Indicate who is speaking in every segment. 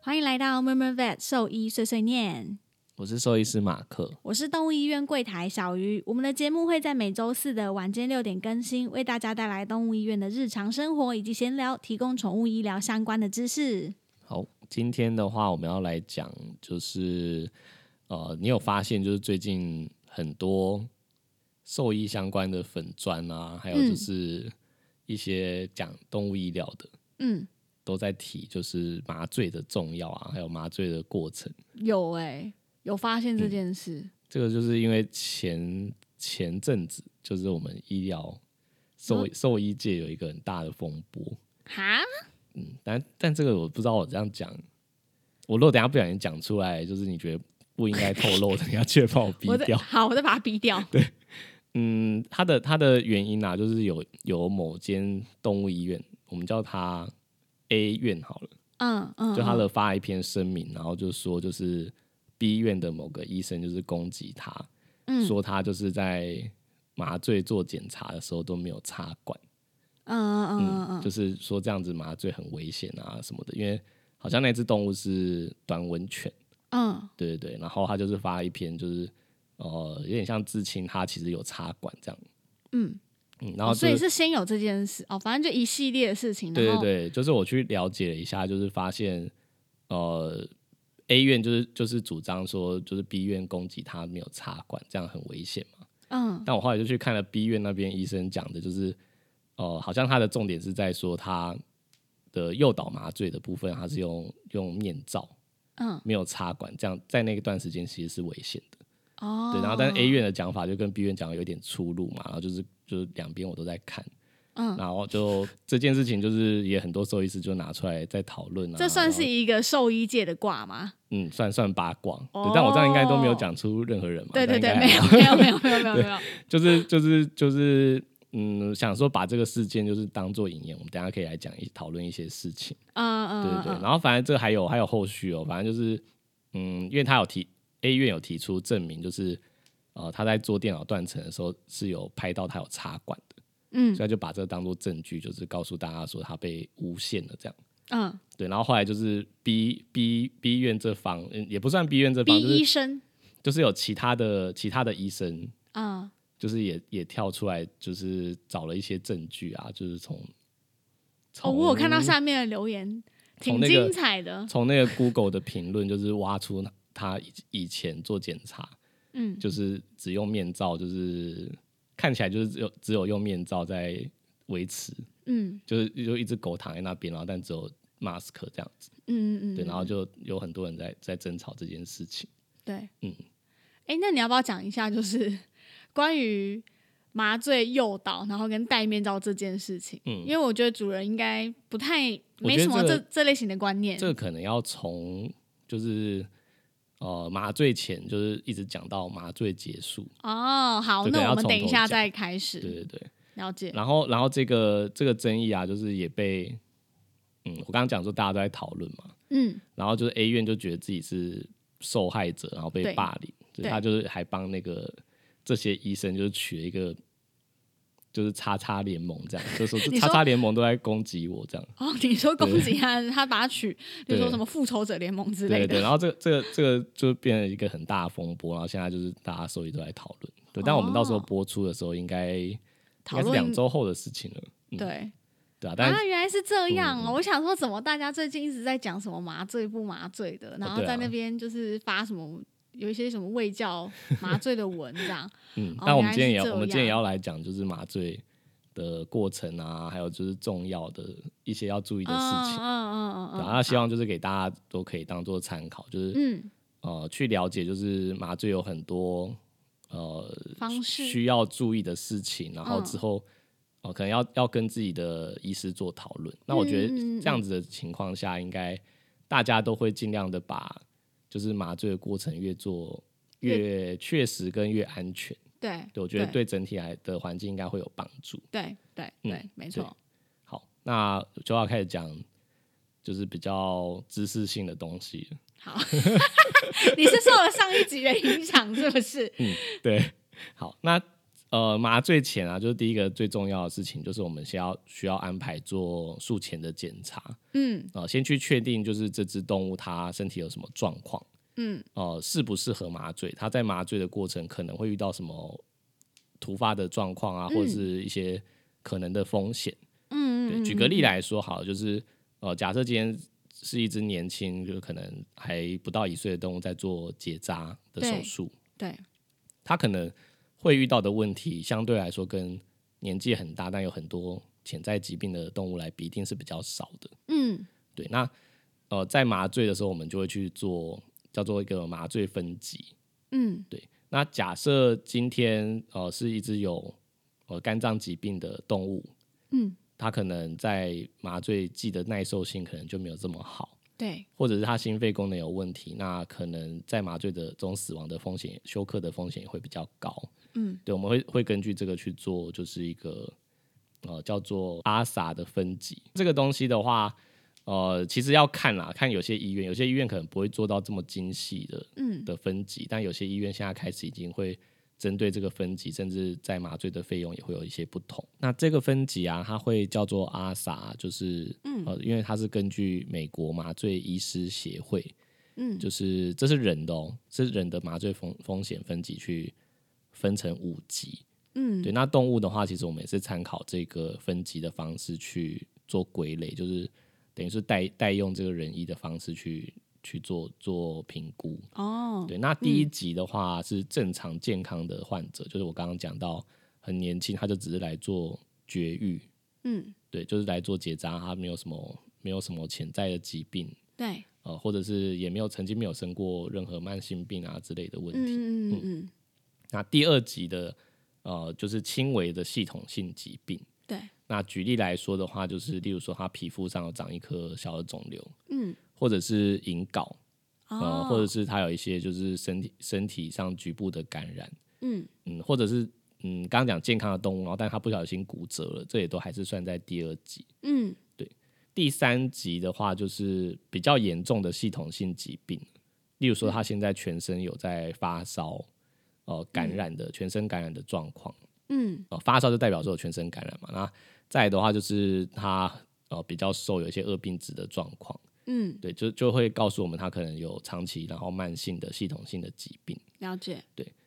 Speaker 1: 欢迎来到 Murmur Vet 兽医碎碎念，
Speaker 2: 我是兽医师马克。
Speaker 1: 我是动物医院柜台小鱼。我们的节目会在每周四的晚间六点更新，为大家带来动物医院的日常生活以及闲聊，提供宠物医疗相关的知识。
Speaker 2: 好，今天的话我们要来讲，就是呃，你有发现就是最近很多兽医相关的粉砖啊，还有
Speaker 1: 嗯
Speaker 2: 就是一些讲动物医疗的，
Speaker 1: 嗯，
Speaker 2: 都在提就是麻醉的重要啊，还有麻醉的过程。
Speaker 1: 有哎、有发现这件事。
Speaker 2: 这个就是因为前前阵子就是我们医疗兽兽医界有一个很大的风波，
Speaker 1: 哈，
Speaker 2: 嗯，但但这个我不知道，我这样讲，我如果等一下不小心讲出来，就是你觉得不应该透露的，你要确保我逼
Speaker 1: 我再
Speaker 2: 掉。
Speaker 1: 好，我再把它逼掉。
Speaker 2: 嗯，它的它的原因啊，就是有有某间动物医院，我们叫它 A 院好了，
Speaker 1: 嗯嗯，
Speaker 2: 就它
Speaker 1: 嗯
Speaker 2: 的发一篇声明，然后就说就是 B 院的某个医生就是攻击他，
Speaker 1: 嗯
Speaker 2: 说他就是在麻醉做检查的时候都没有插管。
Speaker 1: 嗯嗯嗯嗯
Speaker 2: 嗯，就是说这样子麻醉很危险啊什么的，因为好像那只动物是短吻犬，
Speaker 1: 嗯
Speaker 2: 对对对，然后他就是发了一篇就是呃有点像知青，他其实有插管这样，
Speaker 1: 嗯，
Speaker 2: 嗯，然后
Speaker 1: 所
Speaker 2: 就
Speaker 1: 以
Speaker 2: 是
Speaker 1: 是哦先有这件事哦，反正就一系列的事情。
Speaker 2: 对
Speaker 1: 然
Speaker 2: 对
Speaker 1: 后
Speaker 2: 对，就是我去了解了一下，就是发现呃 A 院就是就是主张说就是 B 院攻击他没有插管，这样很危险嘛，
Speaker 1: 嗯
Speaker 2: 但我后来就去看了 B 院那边医生讲的，就是呃，好像他的重点是在说他的诱导麻醉的部分，他是用用面罩，
Speaker 1: 嗯
Speaker 2: 没有插管，这样在那一段时间其实是危险的。
Speaker 1: 哦，
Speaker 2: 对，然后但是 A 院的讲法就跟 B 院讲的有点出入嘛，然后就是就是两边我都在看，
Speaker 1: 嗯
Speaker 2: 然后就这件事情就是也很多兽医师就拿出来在讨论啊，
Speaker 1: 这算是
Speaker 2: 然后
Speaker 1: 一个兽医界的卦吗？
Speaker 2: 嗯算算八卦，
Speaker 1: 哦
Speaker 2: 对，但我这样应该都没有讲出任何人嘛，
Speaker 1: 对对对，
Speaker 2: 但应该
Speaker 1: 没
Speaker 2: 还
Speaker 1: 有
Speaker 2: 好
Speaker 1: 没 有没有没有没有没有，
Speaker 2: 就是就是就是，嗯，想说把这个事件就是当做引言，我们等一下可以来讲一讨论一些事情，
Speaker 1: 嗯
Speaker 2: 对对
Speaker 1: 嗯
Speaker 2: 对。
Speaker 1: 嗯
Speaker 2: 然后反正这还有还有后续哦，反正就是，嗯，因为他有提 A 院有提出证明，就是呃他在做电脑断层的时候是有拍到他有插管的，
Speaker 1: 嗯
Speaker 2: 所以他就把这个当做证据，就是告诉大家说他被诬陷了这样。
Speaker 1: 嗯
Speaker 2: 对，然后后来就是 B B B 院这方，嗯，也不算 B 院这
Speaker 1: ，B
Speaker 2: 方，就
Speaker 1: 医
Speaker 2: 是
Speaker 1: 生，哦
Speaker 2: 就是有其他的其他的医生，
Speaker 1: 嗯
Speaker 2: 就是也也跳出来，就是找了一些证据啊，就是从
Speaker 1: 哦，
Speaker 2: 从、
Speaker 1: 我有看到下面的留言，挺
Speaker 2: 从那个
Speaker 1: 精彩的，
Speaker 2: 从那个 Google 的评论，就是挖出他以以前做检查，
Speaker 1: 嗯
Speaker 2: 就是只用面罩，就是看起来就是只有只有用面罩在维持，
Speaker 1: 嗯
Speaker 2: 就是就一只狗躺在那边，然后但只有 mask 这样子，
Speaker 1: 嗯嗯嗯，
Speaker 2: 对，然后就有很多人在在争吵这件事情。
Speaker 1: 对，
Speaker 2: 嗯，
Speaker 1: 哎，那你要不要讲一下，就是 关于麻醉诱导，然后跟戴面罩这件事情？
Speaker 2: 嗯
Speaker 1: 因为我觉得主人应该不太
Speaker 2: 我
Speaker 1: 没
Speaker 2: 觉得
Speaker 1: 什么
Speaker 2: 这
Speaker 1: 这
Speaker 2: 个
Speaker 1: 这类型的观念。
Speaker 2: 这个可能要从就是呃麻醉前，就是一直讲到麻醉结束，
Speaker 1: 哦，好，
Speaker 2: 这个
Speaker 1: 那我
Speaker 2: 要
Speaker 1: 们
Speaker 2: 从
Speaker 1: 等一
Speaker 2: 头
Speaker 1: 下
Speaker 2: 讲
Speaker 1: 再开始
Speaker 2: 对对对。
Speaker 1: 了解。
Speaker 2: 然后，然后这个这个争议啊，就是也被，嗯，我刚刚讲说大家都在讨论嘛，
Speaker 1: 嗯
Speaker 2: 然后就是 A 院就觉得自己是受害者，然后
Speaker 1: 对
Speaker 2: 被霸凌，就是他就是还帮那个这些医生就是取了一个。就是叉叉联盟 这样，就是说
Speaker 1: 你
Speaker 2: 这
Speaker 1: 说
Speaker 2: 叉叉联盟都在攻击我这样，
Speaker 1: 哦，你说攻击 他，他把他取，比如说
Speaker 2: 对
Speaker 1: 什么复仇者联盟之类
Speaker 2: 对
Speaker 1: 的。
Speaker 2: 对。然后这个这个这个就变成一个很大的风波，然后现在就是大家手里都在讨论。对，但我们到时候
Speaker 1: 哦
Speaker 2: 播出的时候应该应
Speaker 1: 讨
Speaker 2: 该是
Speaker 1: 论
Speaker 2: 两周后的事情了，
Speaker 1: 对
Speaker 2: 对啊，但嗯
Speaker 1: 啊，原来是这样哦！我想说，怎么大家最近一直在讲什么麻醉不麻醉的，然后
Speaker 2: 对啊
Speaker 1: 在那边就是发什么有一些什么卫 教麻醉的文这样。
Speaker 2: 嗯
Speaker 1: 哦，
Speaker 2: 但我们
Speaker 1: 原来
Speaker 2: 今天
Speaker 1: 是
Speaker 2: 也要，
Speaker 1: 这
Speaker 2: 我们今天也
Speaker 1: 样
Speaker 2: 要来讲，就是麻醉的过程啊，还有就是重要的一些要 注意的事情。
Speaker 1: 嗯嗯嗯
Speaker 2: 对啊，那希望就是给大家都可以当做参考，就是、
Speaker 1: 嗯
Speaker 2: 呃去了解，就是麻醉有很多呃
Speaker 1: 嗯，方式
Speaker 2: 需要注意的事情，然后
Speaker 1: 嗯
Speaker 2: 之后、呃可能要要跟自己的医师做讨论。那我觉得
Speaker 1: 嗯嗯嗯
Speaker 2: 这样子的情况下，应该大家都会尽量的把就是麻醉的过程越做越确实跟越安全。
Speaker 1: 对
Speaker 2: 对，我觉得对整体来的环境应该会有帮助。
Speaker 1: 对对
Speaker 2: 嗯
Speaker 1: 对，没错。
Speaker 2: 好，那就要开始讲，就是比较知识性的东西了。
Speaker 1: 好，你是受了上一集的影响是不是？
Speaker 2: 对，好，那呃，麻醉前啊，就是第一个最重要的事情，就是我们先要需要安排做术前的检查，
Speaker 1: 嗯
Speaker 2: 呃，先去确定就是这只动物它身体有什么状况，
Speaker 1: 嗯
Speaker 2: 呃，适不适合麻醉，它在麻醉的过程可能会遇到什么突发的状况啊，
Speaker 1: 嗯
Speaker 2: 或者是一些可能的风险。
Speaker 1: 嗯，
Speaker 2: 对，
Speaker 1: 嗯
Speaker 2: 举个例，来说好了，就是呃，假设今天是一只年轻，就是可能还不到一岁的动物在做结扎的手
Speaker 1: 对
Speaker 2: 术，
Speaker 1: 对，
Speaker 2: 它可能会遇到的问题，相对来说跟年纪很大但有很多潜在疾病的动物来比，一定是比较少的。
Speaker 1: 嗯
Speaker 2: 对，那呃，在麻醉的时候，我们就会去做叫做一个麻醉分级。
Speaker 1: 嗯
Speaker 2: 那假设今天呃是一只有呃肝脏疾病的动物，
Speaker 1: 嗯，
Speaker 2: 它可能在麻醉剂的耐受性可能就没有这么好，
Speaker 1: 对，
Speaker 2: 或者是它心肺功能有问题，那可能在麻醉的中死亡的风险、休克的风险也会比较高。
Speaker 1: 嗯
Speaker 2: 对，我们会会根据这个去做，就是一个呃叫做阿萨的分级。这个东西的话，呃，其实要看啦，看有些医院，有些医院可能不会做到这么精细的
Speaker 1: 嗯
Speaker 2: 的分级，但有些医院现在开始已经会针对这个分级，甚至在麻醉的费用也会有一些不同。那这个分级啊，它会叫做阿萨，就是
Speaker 1: 嗯
Speaker 2: 呃，因为它是根据美国麻醉医师协会
Speaker 1: 嗯
Speaker 2: 就是这是人的哦，是人的麻醉风风险分级去分成五级。
Speaker 1: 嗯，
Speaker 2: 对，那动物的话，其实我们也是参考这个分级的方式去做归类，就是等于是代代用这个人医的方式去去做做评估。
Speaker 1: 哦，
Speaker 2: 对，那第一级的话是正常健康的患者，就是我刚刚讲到很年轻，他就只是来做绝育，
Speaker 1: 嗯
Speaker 2: 对，就是来做结扎，他没有什么没有什么潜在的疾病，
Speaker 1: 对，
Speaker 2: 呃，或者是也没有曾经没有生过任何慢性病啊之类的问题。
Speaker 1: 嗯嗯嗯，
Speaker 2: 那第二级的呃，就是轻微的系统性疾病。
Speaker 1: 对，
Speaker 2: 那举例来说的话，就是例如说他皮肤上有长一颗小的肿瘤，
Speaker 1: 嗯
Speaker 2: 或者是隐睾，呃，
Speaker 1: 哦，
Speaker 2: 或者是他有一些就是身体身体上局部的感染，
Speaker 1: 嗯
Speaker 2: 嗯，或者是嗯，刚刚讲健康的动物，然后但他不小心骨折了，这也都还是算在第二级。
Speaker 1: 嗯
Speaker 2: 第三级的话，就是比较严重的系统性疾病，例如说他现在全身有在发烧，呃，感染的全身感染的状况，
Speaker 1: 嗯
Speaker 2: 呃，发烧就代表说有全身感染嘛。那再来的话就是他呃比较瘦，有一些恶病质的状况，
Speaker 1: 嗯，
Speaker 2: 对，就就会告诉我们他可能有长期然后慢性的系统性的疾病。
Speaker 1: 了解，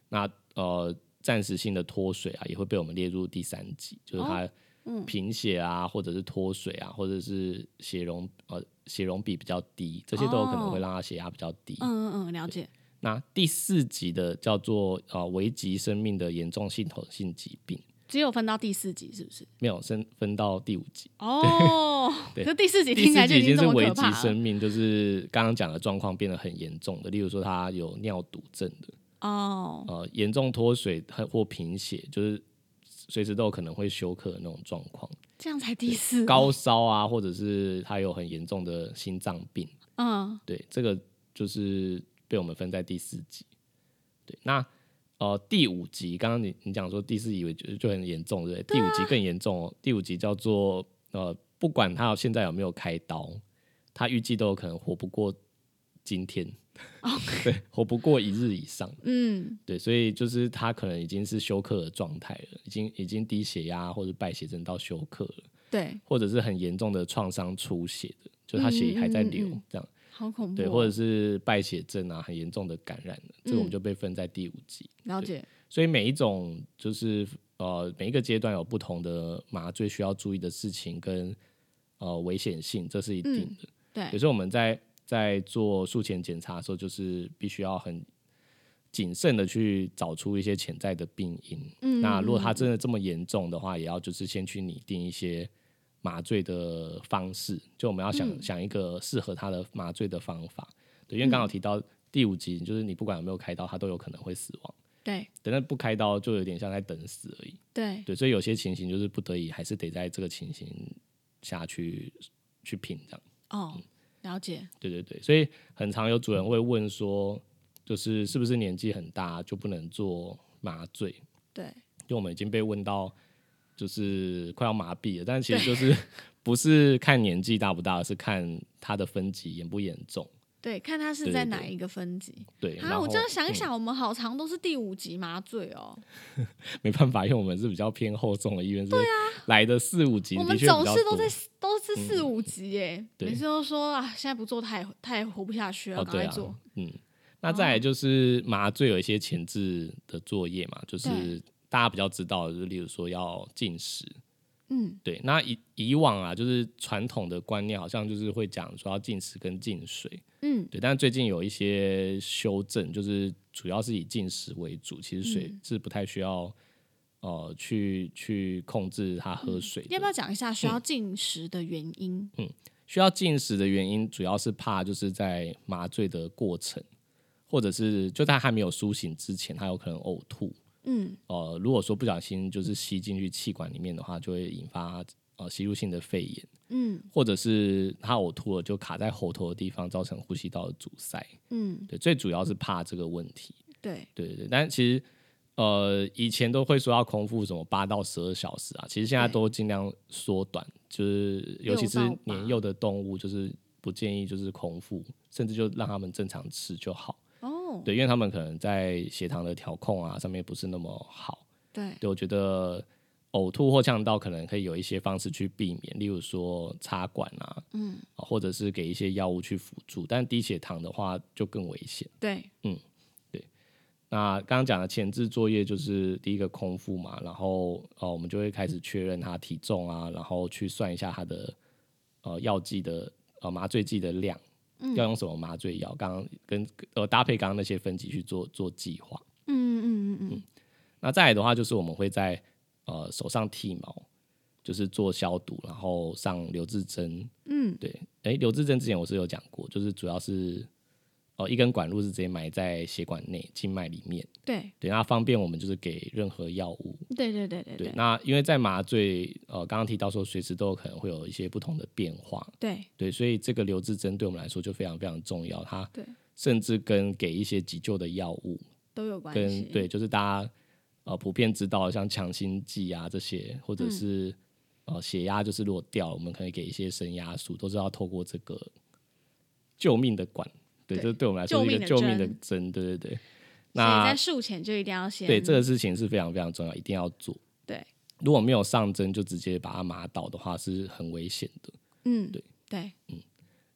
Speaker 2: 那呃，暂时性的脱水啊，也会被我们列入第三级，
Speaker 1: 哦
Speaker 2: 就是它
Speaker 1: 嗯
Speaker 2: 贫血啊，或者是脱水啊，或者是血容呃血容比比较低，这些都有可能会
Speaker 1: 哦
Speaker 2: 让它血压比较低。
Speaker 1: 嗯嗯嗯，了解，
Speaker 2: 那第四级的叫做呃危及生命的严重系统性疾病，
Speaker 1: 只有分到第四集是不是？
Speaker 2: 没有分分到第五级，
Speaker 1: 哦，
Speaker 2: 对
Speaker 1: 可第四集
Speaker 2: 第
Speaker 1: 听起
Speaker 2: 四
Speaker 1: 来就
Speaker 2: 级已经
Speaker 1: 这
Speaker 2: 是
Speaker 1: 么
Speaker 2: 危
Speaker 1: 可
Speaker 2: 及
Speaker 1: 怕
Speaker 2: 生
Speaker 1: 了
Speaker 2: 命，就是刚刚讲的状况变得很严重的，例如说他有尿毒症的。
Speaker 1: 哦，
Speaker 2: 呃严重脱水和或贫血，就是随时都有可能会休克的那种状况，
Speaker 1: 这样才第四，
Speaker 2: 高烧啊，或者是他有很严重的心脏病，
Speaker 1: 嗯
Speaker 2: 对，这个就是被我们分在第四级。对，那呃第五级，刚刚你你讲说第四级就就很严重，对不对？第五级更严重哦，第五级叫做呃，不管他现在有没有开刀，他预计都有可能活不过今天。对，活不过一日以上。
Speaker 1: 嗯
Speaker 2: 对，所以就是他可能已经是休克的状态了，已经已经低血压或者败血症到休克了，
Speaker 1: 对，
Speaker 2: 或者是很严重的创伤出血的，就他血液还在流
Speaker 1: 嗯嗯嗯嗯
Speaker 2: 这样，
Speaker 1: 好恐怖哦，
Speaker 2: 对，或者是败血症啊，很严重的感染了，这个我
Speaker 1: 嗯
Speaker 2: 们就被分在第五级。
Speaker 1: 了解，
Speaker 2: 所以每一种就是呃每一个阶段有不同的麻醉需要注意的事情跟呃危险性，这是一定的。有
Speaker 1: 对，
Speaker 2: 时候我们在在做术前检查的时候，就是必须要很谨慎的去找出一些潜在的病因。
Speaker 1: 嗯
Speaker 2: 那如果它真的这么严重的话，也要就是先去拟定一些麻醉的方式，就我们要想、想一个适合它的麻醉的方法。对，因为刚好提到第五集，就是你不管有没有开刀，它都有可能会死亡。
Speaker 1: 对
Speaker 2: 等但不开刀，就有点像在等死而已。
Speaker 1: 对，
Speaker 2: 对，所以有些情形就是不得已，还是得在这个情形下去去拼这样。嗯
Speaker 1: 哦，了解，
Speaker 2: 对对对，所以很常有主人会问说，就是是不是年纪很大就不能做麻醉？
Speaker 1: 对，
Speaker 2: 就我们已经被问到，就是快要麻痹了，但其实就是不是看年纪大不大，而是看它的分级严不严重。
Speaker 1: 对，看他是
Speaker 2: 对
Speaker 1: 在
Speaker 2: 对
Speaker 1: 哪
Speaker 2: 对
Speaker 1: 一个分级
Speaker 2: 对，然
Speaker 1: 啊？
Speaker 2: 后
Speaker 1: 我这样想一
Speaker 2: 嗯
Speaker 1: 想，我们好长都是第五级麻醉哦，
Speaker 2: 没办法，因为我们是比较偏厚重的医院，所以来的四五级
Speaker 1: 啊我
Speaker 2: 的
Speaker 1: 们
Speaker 2: 确比较
Speaker 1: 总是都
Speaker 2: 多
Speaker 1: 在都是四五级耶，
Speaker 2: 对
Speaker 1: 每次都说啊，现在不做太太活不下去了，
Speaker 2: 嗯哦，
Speaker 1: 赶
Speaker 2: 对
Speaker 1: 快
Speaker 2: 啊
Speaker 1: 做。，哦
Speaker 2: 嗯，那再来就是麻醉有一些前置的作业嘛，就是大家比较知道的，就是例如说要进食，
Speaker 1: 嗯，
Speaker 2: 对，那以以往啊，就是传统的观念好像就是会讲说要进食跟进水，
Speaker 1: 嗯，
Speaker 2: 对，但是最近有一些修正，就是主要是以进食为主，其实水
Speaker 1: 嗯
Speaker 2: 是不太需要。呃，去去控制他喝水的、
Speaker 1: 嗯要不要讲一下需
Speaker 2: 嗯
Speaker 1: 要进食的原因？
Speaker 2: 需要进食的原因，主要是怕就是在麻醉的过程，或者是就在他没有苏醒之前，他有可能呕吐。
Speaker 1: 嗯
Speaker 2: 呃，如果说不小心就是吸进去气管里面的话，就会引发呃吸入性的肺炎，
Speaker 1: 嗯
Speaker 2: 或者是他呕吐了就卡在喉头的地方，造成呼吸道的阻塞。
Speaker 1: 嗯，
Speaker 2: 对，最主要是怕这个问题。
Speaker 1: 对，
Speaker 2: 对对对，但其实呃以前都会说要空腹什么八到十二小时啊，其实现在
Speaker 1: 对
Speaker 2: 都尽量缩短，就是尤其是
Speaker 1: 6到8
Speaker 2: 年幼的动物，就是不建议就是空腹，甚至就让他们正常吃就好。
Speaker 1: 哦，
Speaker 2: 对，因为他们可能在血糖的调控啊上面不是那么好。
Speaker 1: 对，
Speaker 2: 对，我觉得呕吐或呛到可能可以有一些方式去避免，例如说插管啊，嗯，或者是给一些药物去辅助，但低血糖的话就更危险。
Speaker 1: 对，
Speaker 2: 那刚刚讲的前置作业就是第一个空腹嘛，然后呃，我们就会开始确认他体重啊，然后去算一下他的呃药剂的呃麻醉剂的量，要用什么麻醉药，刚刚跟呃搭配刚刚那些分级去做做计划。
Speaker 1: 嗯嗯嗯嗯，
Speaker 2: 那再来的话，就是我们会在呃手上剃毛，就是做消毒，然后上留置针。
Speaker 1: 嗯，
Speaker 2: 对，诶，留置针之前我是有讲过，就是主要是哦、呃一根管路是直接埋在血管内静脉里面。
Speaker 1: 对，
Speaker 2: 对，那方便我们就是给任何药物。
Speaker 1: 对对对对
Speaker 2: 对，
Speaker 1: 对
Speaker 2: 那因为在麻醉，呃，刚刚提到说随时都有可能会有一些不同的变化，
Speaker 1: 对
Speaker 2: 对，所以这个留置针对我们来说就非常非常重要，它
Speaker 1: 对
Speaker 2: 甚至跟给一些急救的药物，
Speaker 1: 都有关
Speaker 2: 跟
Speaker 1: 系。
Speaker 2: 对，就是大家呃普遍知道的像强心剂啊这些，
Speaker 1: 嗯
Speaker 2: 或者是、呃血压就是如果掉了，我们可以给一些升压素，都是要透过这个救命的管，对，
Speaker 1: 对
Speaker 2: 这对我们来说是一个
Speaker 1: 救
Speaker 2: 救
Speaker 1: 命
Speaker 2: 命
Speaker 1: 的
Speaker 2: 的针，对对对。
Speaker 1: 所以
Speaker 2: 那
Speaker 1: 在术前就一定要先
Speaker 2: 对这个事情是非常非常重要，一定要做。
Speaker 1: 对，
Speaker 2: 如果没有上针就直接把它麻倒的话，是很危险的。
Speaker 1: 嗯
Speaker 2: 对
Speaker 1: 对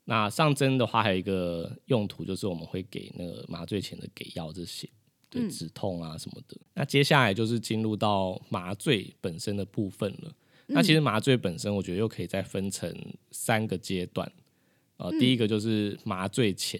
Speaker 2: 那上针的话，还有一个用途就是我们会给那个麻醉前的给药这些，
Speaker 1: 嗯
Speaker 2: 对止痛啊什么的。那接下来就是进入到麻醉本身的部分了。那
Speaker 1: 嗯
Speaker 2: 其实麻醉本身，我觉得又可以再分成三个阶段。呃，第一个就是麻醉前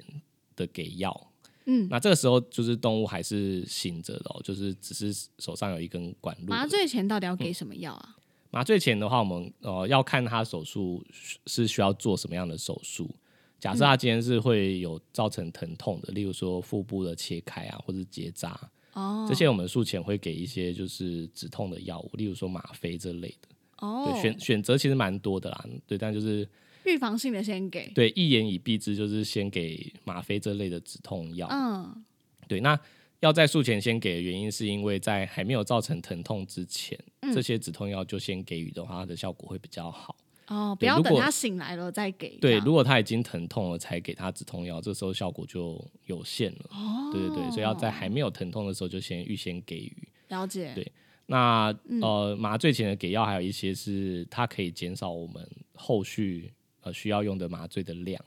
Speaker 2: 的给药，
Speaker 1: 嗯，
Speaker 2: 那这个时候就是动物还是醒着的、哦，就是只是手上有一根管路而已。
Speaker 1: 麻醉前到底要
Speaker 2: 嗯
Speaker 1: 给什么药啊？
Speaker 2: 麻醉前的话，我们呃要看他手术是是需要做什么样的手术。假设他今天是会有造成疼痛的，例如说腹部的切开啊，或者结扎，
Speaker 1: 哦
Speaker 2: 这些我们术前会给一些就是止痛的药物，例如说吗啡这类的。
Speaker 1: 哦
Speaker 2: 对，，选选择其实蛮多的啦，对，但就是
Speaker 1: 预防性的先给。
Speaker 2: 对一言以蔽之，就是先给吗啡这类的止痛药。
Speaker 1: 嗯，
Speaker 2: 对，那要在术前先给的原因，是因为在还没有造成疼痛之前，
Speaker 1: 嗯
Speaker 2: 这些止痛药就先给予的话，它的效果会比较好。
Speaker 1: 哦，不
Speaker 2: 对
Speaker 1: 要
Speaker 2: 如
Speaker 1: 等
Speaker 2: 果
Speaker 1: 他醒来了再给。这
Speaker 2: 对，
Speaker 1: 样
Speaker 2: 如果他已经疼痛了才给他止痛药，这时候效果就有限了。
Speaker 1: 哦，
Speaker 2: 对对对，所以要在还没有疼痛的时候就先预先给予。
Speaker 1: 了解。
Speaker 2: 对那
Speaker 1: 嗯
Speaker 2: 呃，麻醉前的给药还有一些是它可以减少我们后续呃需要用的麻醉的量。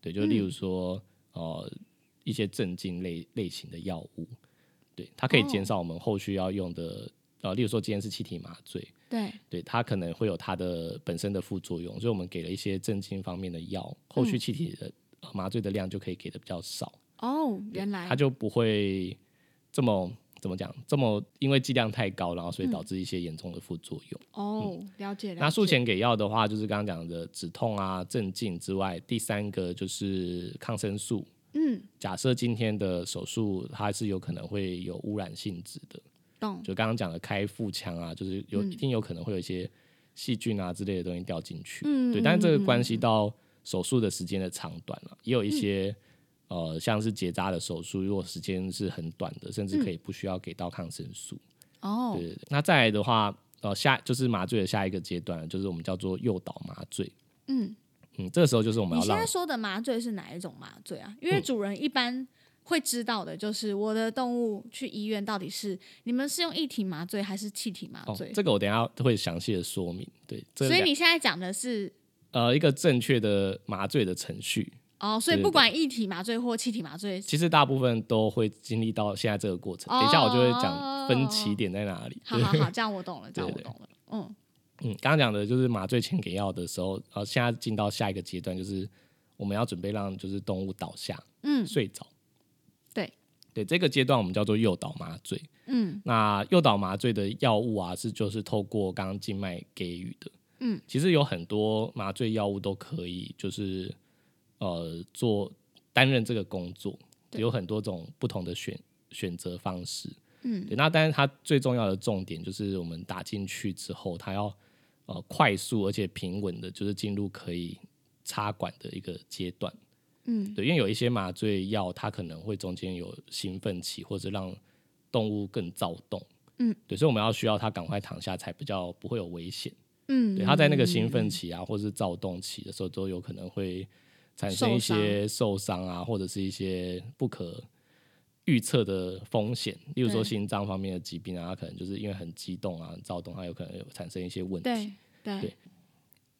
Speaker 2: 对，就
Speaker 1: 嗯
Speaker 2: 例如说、呃一些镇静类类型的药物，对，它可以
Speaker 1: 哦
Speaker 2: 减少我们后续要用的、呃，例如说今天是气体麻醉，
Speaker 1: 对
Speaker 2: 对它可能会有它的本身的副作用，所以我们给了一些镇静方面的药，后续气体的、呃麻醉的量就可以给的比较少，
Speaker 1: 哦，原来
Speaker 2: 它就不会这么怎么讲，这么因为剂量太高，然后所以导致一些严重的副作用。
Speaker 1: 哦，了解了解。
Speaker 2: 嗯那术前给药的话，就是刚刚讲的止痛啊、镇静之外，第三个就是抗生素。
Speaker 1: 嗯，
Speaker 2: 假设今天的手术它是有可能会有污染性质的，
Speaker 1: 懂嗯
Speaker 2: 就刚刚讲的开腹腔啊，就是有、一定有可能会有一些细菌啊之类的东西掉进去，
Speaker 1: 嗯嗯
Speaker 2: 对，但是这个关系到手术的时间的长短了、也有一些、呃像是结扎的手术，如果时间是很短的，
Speaker 1: 嗯
Speaker 2: 甚至可以不需要给到抗生素，
Speaker 1: 哦，
Speaker 2: 对对对。那再来的话，呃，下就是麻醉的下一个阶段，就是我们叫做诱导麻醉，
Speaker 1: 嗯
Speaker 2: 嗯，嗯，这个时候就是我们
Speaker 1: 你
Speaker 2: 要
Speaker 1: 现
Speaker 2: 让
Speaker 1: 在说的麻醉是哪一种麻醉啊？因为
Speaker 2: 嗯
Speaker 1: 主人一般会知道的，就是我的动物去医院到底是你们是用液体麻醉还是气体麻
Speaker 2: 哦
Speaker 1: 醉，？
Speaker 2: 这个我等一下会详细的说明。对，这
Speaker 1: 所以
Speaker 2: 两
Speaker 1: 你现在讲的是
Speaker 2: 呃一个正确的麻醉的程序，
Speaker 1: 哦，所以
Speaker 2: 对对
Speaker 1: 不
Speaker 2: 对
Speaker 1: 管液体麻醉或气体麻醉，
Speaker 2: 其实大部分都会经历到现在这个过程。等一下我就会讲分歧点在哪里。
Speaker 1: 哦好好 好，这样我懂了，这样我
Speaker 2: 对对
Speaker 1: 懂了，嗯，
Speaker 2: 嗯，刚刚讲的就是麻醉前给药的时候，呃，现在进到下一个阶段，就是我们要准备让就是动物倒下，
Speaker 1: 嗯
Speaker 2: 睡着。
Speaker 1: 对
Speaker 2: 对，这个阶段我们叫做诱导麻醉。
Speaker 1: 嗯
Speaker 2: 那诱导麻醉的药物啊，是就是透过刚刚静脉给予的。
Speaker 1: 嗯，
Speaker 2: 其实有很多麻醉药物都可以，就是呃做担任这个工作，
Speaker 1: 对
Speaker 2: 有很多种不同的选选择方式。
Speaker 1: 嗯
Speaker 2: 对，那但是它最重要的重点就是我们打进去之后，它要呃快速而且平稳的，就是进入可以插管的一个阶段。
Speaker 1: 嗯
Speaker 2: 对，因为有一些麻醉药，它可能会中间有兴奋期，或者让动物更躁动。
Speaker 1: 嗯，
Speaker 2: 对，所以我们要需要它赶快躺下，才比较不会有危险。
Speaker 1: 嗯，
Speaker 2: 对，它在那个兴奋期啊，或是躁动期的时候，都有可能会产生一些受伤啊，或者是一些不可预测的风险，例如说
Speaker 1: 对
Speaker 2: 心脏方面的疾病啊，它可能就是因为很激动啊、很躁动，它有可能有产生一些问题。
Speaker 1: 对对
Speaker 2: 对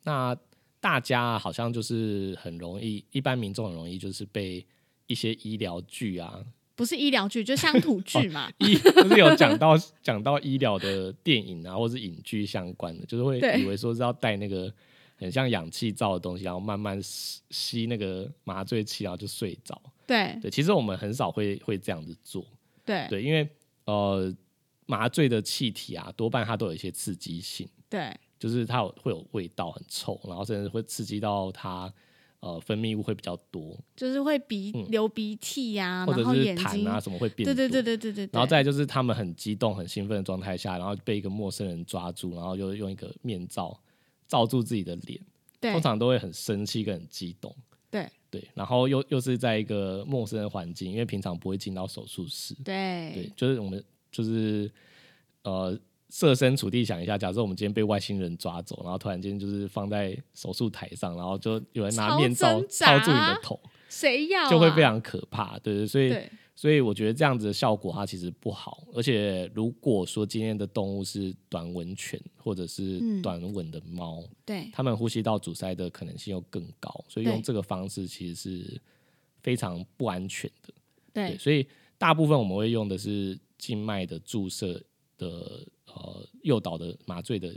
Speaker 2: 那大家好像就是很容易，一般民众很容易就是被一些医疗剧啊，，
Speaker 1: 不是医疗剧，就乡土剧嘛
Speaker 2: 哦医就是有讲到讲到医疗的电影啊，或是影剧相关的，就是会
Speaker 1: 对
Speaker 2: 以为说是要带那个很像氧气罩的东西，然后慢慢吸吸那个麻醉器，然后就睡着。
Speaker 1: 对
Speaker 2: 对，其实我们很少会会这样子做，
Speaker 1: 对
Speaker 2: 对，因为呃麻醉的气体啊，多半它都有一些刺激性。
Speaker 1: 对，
Speaker 2: 就是它有会有味道很臭，然后甚至会刺激到它呃分泌物会比较多，
Speaker 1: 就是会鼻
Speaker 2: 嗯
Speaker 1: 流鼻涕呀，
Speaker 2: 或者
Speaker 1: 然后
Speaker 2: 是
Speaker 1: 眼
Speaker 2: 痰
Speaker 1: 睛，
Speaker 2: 啊什么会变
Speaker 1: 对
Speaker 2: 多。
Speaker 1: 对对
Speaker 2: 对。
Speaker 1: 对对对，
Speaker 2: 然后
Speaker 1: 对
Speaker 2: 再来就是他们很激动、很兴奋的状态下，然后被一个陌生人抓住，然后又用一个面罩罩住自己的脸，
Speaker 1: 对
Speaker 2: 通常都会很生气跟很激动。
Speaker 1: 对
Speaker 2: 对，然后又又是在一个陌生的环境，因为平常不会进到手术室。对
Speaker 1: 对，
Speaker 2: 就是我们就是呃设身处地想一下，假设我们今天被外星人抓走，然后突然间就是放在手术台上，然后就有人拿
Speaker 1: 超
Speaker 2: 面罩
Speaker 1: 挣
Speaker 2: 罩
Speaker 1: 扎
Speaker 2: 住你的头，
Speaker 1: 谁要
Speaker 2: 就会
Speaker 1: 啊
Speaker 2: 非常可怕，对对，所以
Speaker 1: 对
Speaker 2: 所以我觉得这样子的效果它其实不好，而且如果说今天的动物是短吻犬或者
Speaker 1: 嗯
Speaker 2: 是短吻的猫，
Speaker 1: 对
Speaker 2: 它们呼吸道阻塞的可能性又更高，所以
Speaker 1: 对
Speaker 2: 用这个方式其实是非常不安全的。对，
Speaker 1: 对
Speaker 2: 所以大部分我们会用的是静脉的注射的呃诱导的麻醉的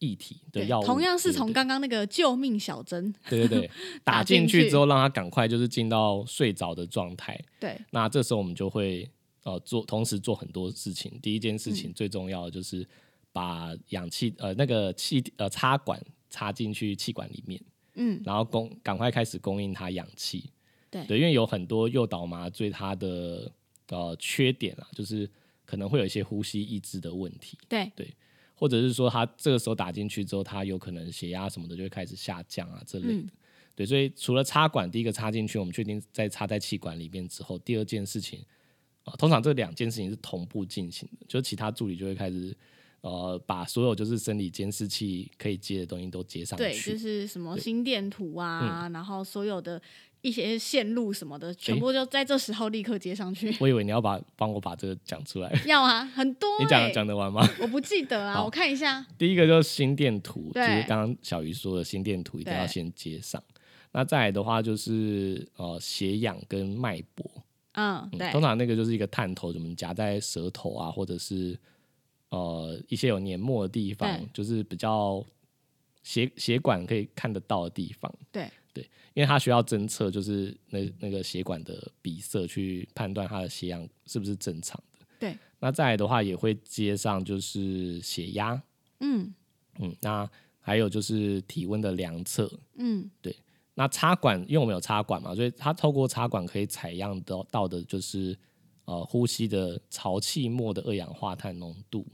Speaker 2: 液体的
Speaker 1: 对
Speaker 2: 药物，
Speaker 1: 同样是
Speaker 2: 对对
Speaker 1: 从刚刚那个救命小针，
Speaker 2: 对对对
Speaker 1: 打
Speaker 2: 打
Speaker 1: 进
Speaker 2: 进去
Speaker 1: 去
Speaker 2: 之后，让它赶快就是进到睡着的状态。
Speaker 1: 对
Speaker 2: 那这时候我们就会呃做同时做很多事情。第一件事
Speaker 1: 嗯
Speaker 2: 情最重要的就是把氧气呃那个气呃插管插进去气管里面。
Speaker 1: 嗯
Speaker 2: 然后供赶快开始供应它氧气。
Speaker 1: 对
Speaker 2: 因为有很多诱导麻醉它的呃缺点啊，就是可能会有一些呼吸抑制的问题，
Speaker 1: 对
Speaker 2: 或者是说它这个时候打进去之后，它有可能血压什么的就会开始下降啊之类的。
Speaker 1: 嗯
Speaker 2: 对，所以除了插管，第一个插进去，我们确定在插在气管里面之后，第二件事情，呃，通常这两件事情是同步进行的，就是其他助理就会开始，呃，把所有就是生理监视器可以接的东西都接上去，
Speaker 1: 对，就是什么
Speaker 2: 对嗯
Speaker 1: 心电图啊，然后所有的一些线路什么的，全部就在这时候立刻接上去。
Speaker 2: 我以为你要把帮我把这个讲出来，
Speaker 1: 要啊，很多
Speaker 2: 你
Speaker 1: 欸
Speaker 2: 讲讲得完吗？
Speaker 1: 我不记得啊，
Speaker 2: 好
Speaker 1: 我看一下。
Speaker 2: 第一个就是心电图，就
Speaker 1: 对
Speaker 2: 是刚刚小鱼说的心电图一定要
Speaker 1: 对
Speaker 2: 先接上。那再来的话就是呃血氧跟脉搏、
Speaker 1: 嗯，
Speaker 2: 嗯
Speaker 1: 对
Speaker 2: 通常那个就是一个探头，怎么夹在舌头啊，或者是呃一些有黏膜的地
Speaker 1: 对
Speaker 2: 方，就是比较血血管可以看得到的地方。
Speaker 1: 对
Speaker 2: 对，因为它需要侦测就是那那个血管的比色去判断它的血氧是不是正常的。
Speaker 1: 对，
Speaker 2: 那再来的话也会接上就是血压，
Speaker 1: 嗯
Speaker 2: 嗯，那还有就是体温的量测。
Speaker 1: 嗯
Speaker 2: 那插管，因为我们有插管嘛，所以它透过插管可以采样到到的就是呃呼吸的潮气末的二氧化碳浓度，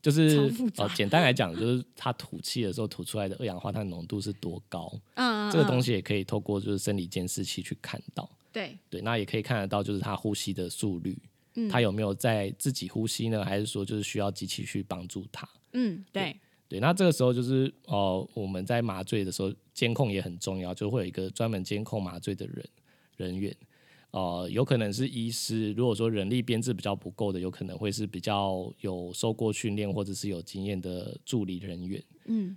Speaker 2: 就是
Speaker 1: 超复杂
Speaker 2: 呃简单来讲，就是它吐气的时候吐出来的二氧化碳浓度是多高，
Speaker 1: 嗯，
Speaker 2: 这个东
Speaker 1: 西
Speaker 2: 西也可以透过就是生理监视器去看到。
Speaker 1: 对
Speaker 2: 对，那也可以看得到，就是他呼吸的速率，
Speaker 1: 嗯
Speaker 2: 他有没有在自己呼吸呢？还是说就是需要机器去帮助他？
Speaker 1: 嗯对
Speaker 2: 对，那这个时候就是哦、呃我们在麻醉的时候监控也很重要，就会有一个专门监控麻醉的人人员。呃，有可能是医师，如果说人力编制比较不够的，有可能会是比较有受过训练或者是有经验的助理人员。
Speaker 1: 嗯，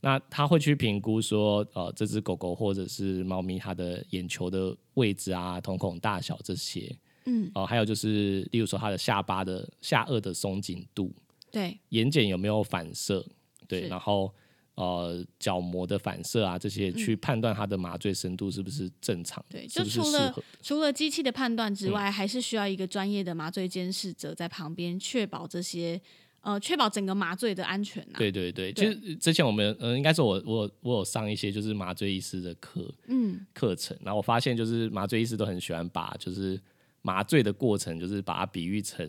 Speaker 2: 那他会去评估说，呃，这只狗狗或者是猫咪它的眼球的位置啊、瞳孔大小这些，
Speaker 1: 嗯，
Speaker 2: 哦、还有就是，例如说它的下巴的下颚的松紧度，
Speaker 1: 对，
Speaker 2: 眼睑有没有反射，对，
Speaker 1: 是
Speaker 2: 然后呃角膜的反射啊这些，去判断它的麻醉深度是不是正常，
Speaker 1: 嗯对就是
Speaker 2: 不
Speaker 1: 除
Speaker 2: 是适
Speaker 1: 了
Speaker 2: 合，
Speaker 1: 除了机器的判断
Speaker 2: 嗯
Speaker 1: 之外，还是需要一个专业的麻醉监视者在旁边，确保这些呃，确保整个麻醉的安全呐、啊。，
Speaker 2: 对对对，其
Speaker 1: 对
Speaker 2: 实之前我们呃应该是我我我有上一些就是麻醉医师的课，
Speaker 1: 嗯，
Speaker 2: 课程，然后我发现就是麻醉医师都很喜欢把就是麻醉的过程，就是把它比喻成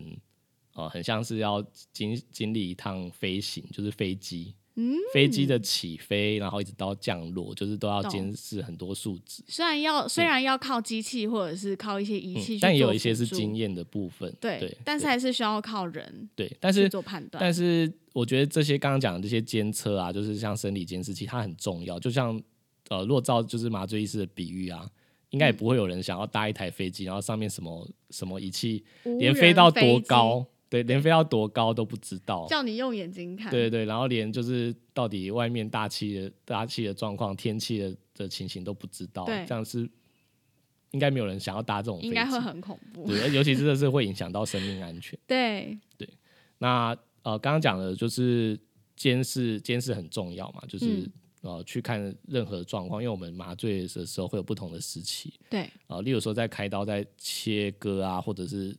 Speaker 2: 呃，很像是要经经历一趟飞行，就是飞机，
Speaker 1: 嗯，
Speaker 2: 飞机的起飞，然后一直到降落，就是都要
Speaker 1: 懂
Speaker 2: 监视很多数值，
Speaker 1: 虽然要虽然要靠机器或者是靠一些仪
Speaker 2: 嗯
Speaker 1: 器去做辅助、
Speaker 2: 但也有一些是经验的部分，
Speaker 1: 对，
Speaker 2: 对，
Speaker 1: 但是还是需要靠人
Speaker 2: 对，对但
Speaker 1: 去
Speaker 2: 是
Speaker 1: 做判断。
Speaker 2: 但是我觉得这些刚刚讲的这些监测啊，就是像生理监视器，它很重要。就像呃，若照就是麻醉医师的比喻啊，应
Speaker 1: 嗯
Speaker 2: 该也不会有人想要搭一台飞机，然后上面什么什么仪器，
Speaker 1: 无
Speaker 2: 连
Speaker 1: 人
Speaker 2: 飞到多
Speaker 1: 机，
Speaker 2: 高，对，连飞到多高都不知道。
Speaker 1: 叫你用眼睛看。
Speaker 2: 对对对，然后连就是到底外面大气的大气的状况、天气的的情形都不知道，
Speaker 1: 对
Speaker 2: 这样是应该没有人想要搭这种飞机，
Speaker 1: 应该会很恐怖。
Speaker 2: 对，尤其真的是会影响到生命安全。
Speaker 1: 对，
Speaker 2: 那呃，刚刚讲的就是监视，监视很重要嘛，就是、
Speaker 1: 嗯
Speaker 2: 呃去看任何状况，因为我们麻醉的时候会有不同的时期
Speaker 1: 对，
Speaker 2: 啊、呃，例如说在开刀、在切割啊，或者是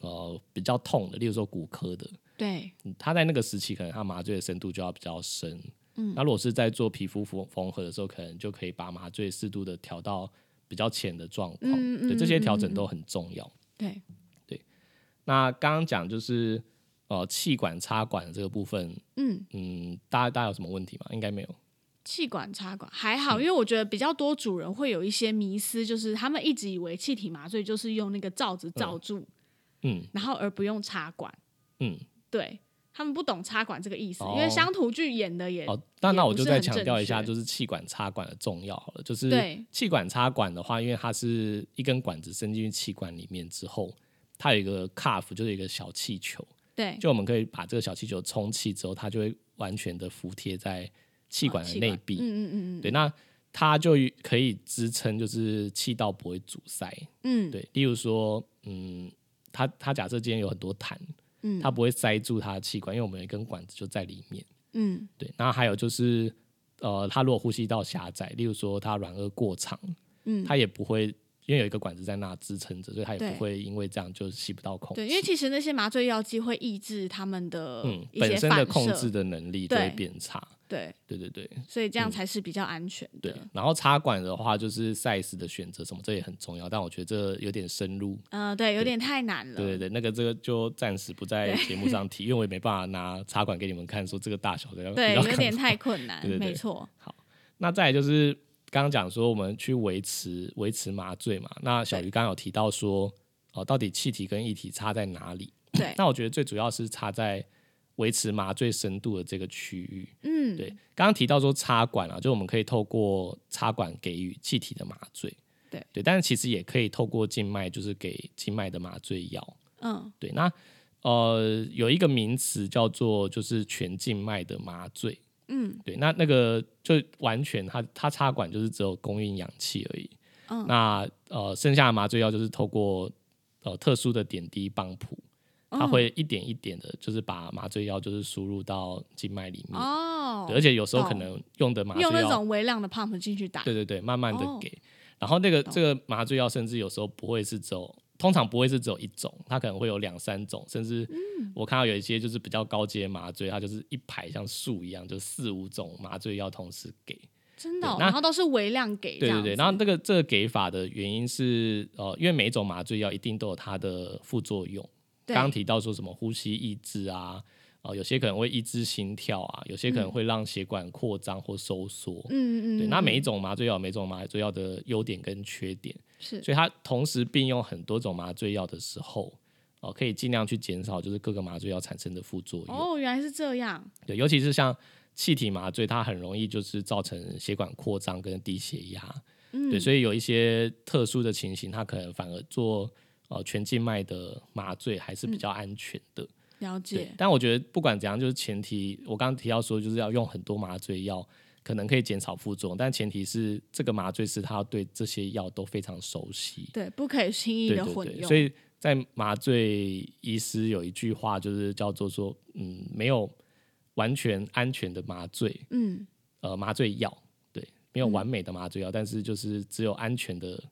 Speaker 2: 呃比较痛的，例如说骨科的，
Speaker 1: 对，
Speaker 2: 嗯他在那个时期可能他麻醉的深度就要比较深。嗯，那如果是在做皮肤缝缝合的时候，可能就可以把麻醉适度的调到比较浅的状况。
Speaker 1: 嗯嗯
Speaker 2: 对，这些
Speaker 1: 嗯
Speaker 2: 调
Speaker 1: 嗯
Speaker 2: 整都很重要。
Speaker 1: 对，
Speaker 2: 那刚刚讲就是呃气管插管的这个部分，
Speaker 1: 嗯，
Speaker 2: 嗯，大家大家有什么问题吗？应该没有。
Speaker 1: 气管插管还好，因为我觉得比较多主人会有一些迷思，就是他们一直以为气体麻醉就是用那个罩子罩住，
Speaker 2: 嗯
Speaker 1: 然后而不用插管。
Speaker 2: 嗯，
Speaker 1: 对他们不懂插管这个意思，
Speaker 2: 哦
Speaker 1: 因为乡土剧演的也、
Speaker 2: 哦，那
Speaker 1: 也
Speaker 2: 那
Speaker 1: 不
Speaker 2: 我就是再
Speaker 1: 很
Speaker 2: 强
Speaker 1: 正
Speaker 2: 调一下，
Speaker 1: 确
Speaker 2: 就是气管插管的重要好了。就是
Speaker 1: 对
Speaker 2: 气管插管的话，因为它是一根管子伸进去气管里面之后，它有一个 cuff，就是一个小气球，
Speaker 1: 对
Speaker 2: 就我们可以把这个小气球充气之后，它就会完全的服贴在气管的内壁。
Speaker 1: 嗯嗯嗯嗯
Speaker 2: 对，那它就可以支撑，就是气道不会阻塞。
Speaker 1: 嗯，
Speaker 2: 对，例如说，嗯，他他假设今天有很多痰，
Speaker 1: 嗯
Speaker 2: 他不会塞住他的气管，因为我们有一根管子就在里面。
Speaker 1: 嗯
Speaker 2: 对，那还有就是，呃，他如果呼吸道狭窄，例如说他软腭过长，
Speaker 1: 嗯，
Speaker 2: 他也不会，因为有一个管子在那支撑着，所以他也
Speaker 1: 对
Speaker 2: 不会因为这样就吸不到空气。
Speaker 1: 对，因为其实那些麻醉药剂会抑制他们的
Speaker 2: 嗯，
Speaker 1: 一
Speaker 2: 本
Speaker 1: 些
Speaker 2: 身
Speaker 1: 反射，
Speaker 2: 的控制的能力就会
Speaker 1: 对
Speaker 2: 变差。
Speaker 1: 对，
Speaker 2: 对对对
Speaker 1: 所以这样才是比较安全的。
Speaker 2: 嗯对，啊然后插管的话，就是 size 的选择什么，这也很重要。但我觉得这有点深入，
Speaker 1: 嗯，对，有点太难了。
Speaker 2: 对对对，那个这个就暂时不在节目上提，因为我也没办法拿茶馆给你们看，说这个大小的要
Speaker 1: 对，
Speaker 2: 要
Speaker 1: 有
Speaker 2: 看
Speaker 1: 点
Speaker 2: 法
Speaker 1: 太困难，
Speaker 2: 对对对
Speaker 1: 没错，
Speaker 2: 那再来就是刚刚讲说我们去维持维持麻醉嘛，那小鱼刚刚有提到说哦、到底气体跟液体差在哪里？
Speaker 1: 对，
Speaker 2: 那我觉得最主要是差在维持麻醉深度的这个区域。
Speaker 1: 嗯，
Speaker 2: 对，刚刚提到说插管啊，就我们可以透过插管给予气体的麻醉。
Speaker 1: 对
Speaker 2: 对，但是其实也可以透过静脉，就是给静脉的麻醉药。
Speaker 1: 嗯，
Speaker 2: 对，那呃有一个名词叫做就是全静脉的麻醉，
Speaker 1: 嗯，
Speaker 2: 对，那那个就完全它它插管就是只有供应氧气而已，
Speaker 1: 嗯
Speaker 2: 那呃剩下的麻醉药就是透过呃特殊的点滴泵浦，它
Speaker 1: 嗯
Speaker 2: 会一点一点的，就是把麻醉药就是输入到静脉里面，
Speaker 1: 哦
Speaker 2: 嗯对，而且有时候可
Speaker 1: 懂
Speaker 2: 能用的麻醉
Speaker 1: 用那
Speaker 2: 药
Speaker 1: 种微量的 pump 进去打，
Speaker 2: 对对对，慢慢的
Speaker 1: 哦
Speaker 2: 给。然后那个
Speaker 1: 懂
Speaker 2: 这个麻醉药，甚至有时候不会是只有，通常不会是只有一种，它可能会有两三种，甚至
Speaker 1: 嗯
Speaker 2: 我看到有一些就是比较高阶麻醉，它就是一排像树一样，就四五种麻醉药同时给。
Speaker 1: 真的哦，
Speaker 2: 对那
Speaker 1: 然后都是微量给，这
Speaker 2: 对对
Speaker 1: 样
Speaker 2: 对，
Speaker 1: 子
Speaker 2: 然后这个这个给法的原因是，呃，因为每一种麻醉药一定都有它的副作用。
Speaker 1: 对
Speaker 2: 刚刚提到说什么呼吸抑制啊，呃，有些可能会抑制心跳啊，有些可
Speaker 1: 嗯
Speaker 2: 能会让血管扩张或收缩。
Speaker 1: 嗯嗯嗯，
Speaker 2: 对，那每一
Speaker 1: 嗯
Speaker 2: 种麻醉药有每一种麻醉药的优点跟缺点，
Speaker 1: 是
Speaker 2: 所以它同时并用很多种麻醉药的时候，哦、可
Speaker 1: 哦
Speaker 2: 以尽量去减少就是各个麻醉药产生的副作用。
Speaker 1: 哦，原来是这样，
Speaker 2: 对，尤其是像气体麻醉它很容易就是造成血管扩张跟低血压，
Speaker 1: 嗯，
Speaker 2: 对，所以有一些特殊的情形，它可能反而做呃全静脉的麻醉还
Speaker 1: 嗯
Speaker 2: 是比较安全的。
Speaker 1: 了
Speaker 2: 对
Speaker 1: 解，，
Speaker 2: 但我觉得不管怎样，就是前提，我刚刚提到说，就是要用很多麻醉药，可能可以减少副作用，但前提是这个麻醉师他要对这些药都非常熟悉。
Speaker 1: 对，不可以轻易
Speaker 2: 对
Speaker 1: 的
Speaker 2: 对
Speaker 1: 混
Speaker 2: 对，
Speaker 1: 用，
Speaker 2: 所以在麻醉医师有一句话就是叫做说，嗯，没有完全安全的麻醉，
Speaker 1: 嗯，
Speaker 2: 呃，麻醉药，对，没有完美的麻醉药，但是就是只有安全的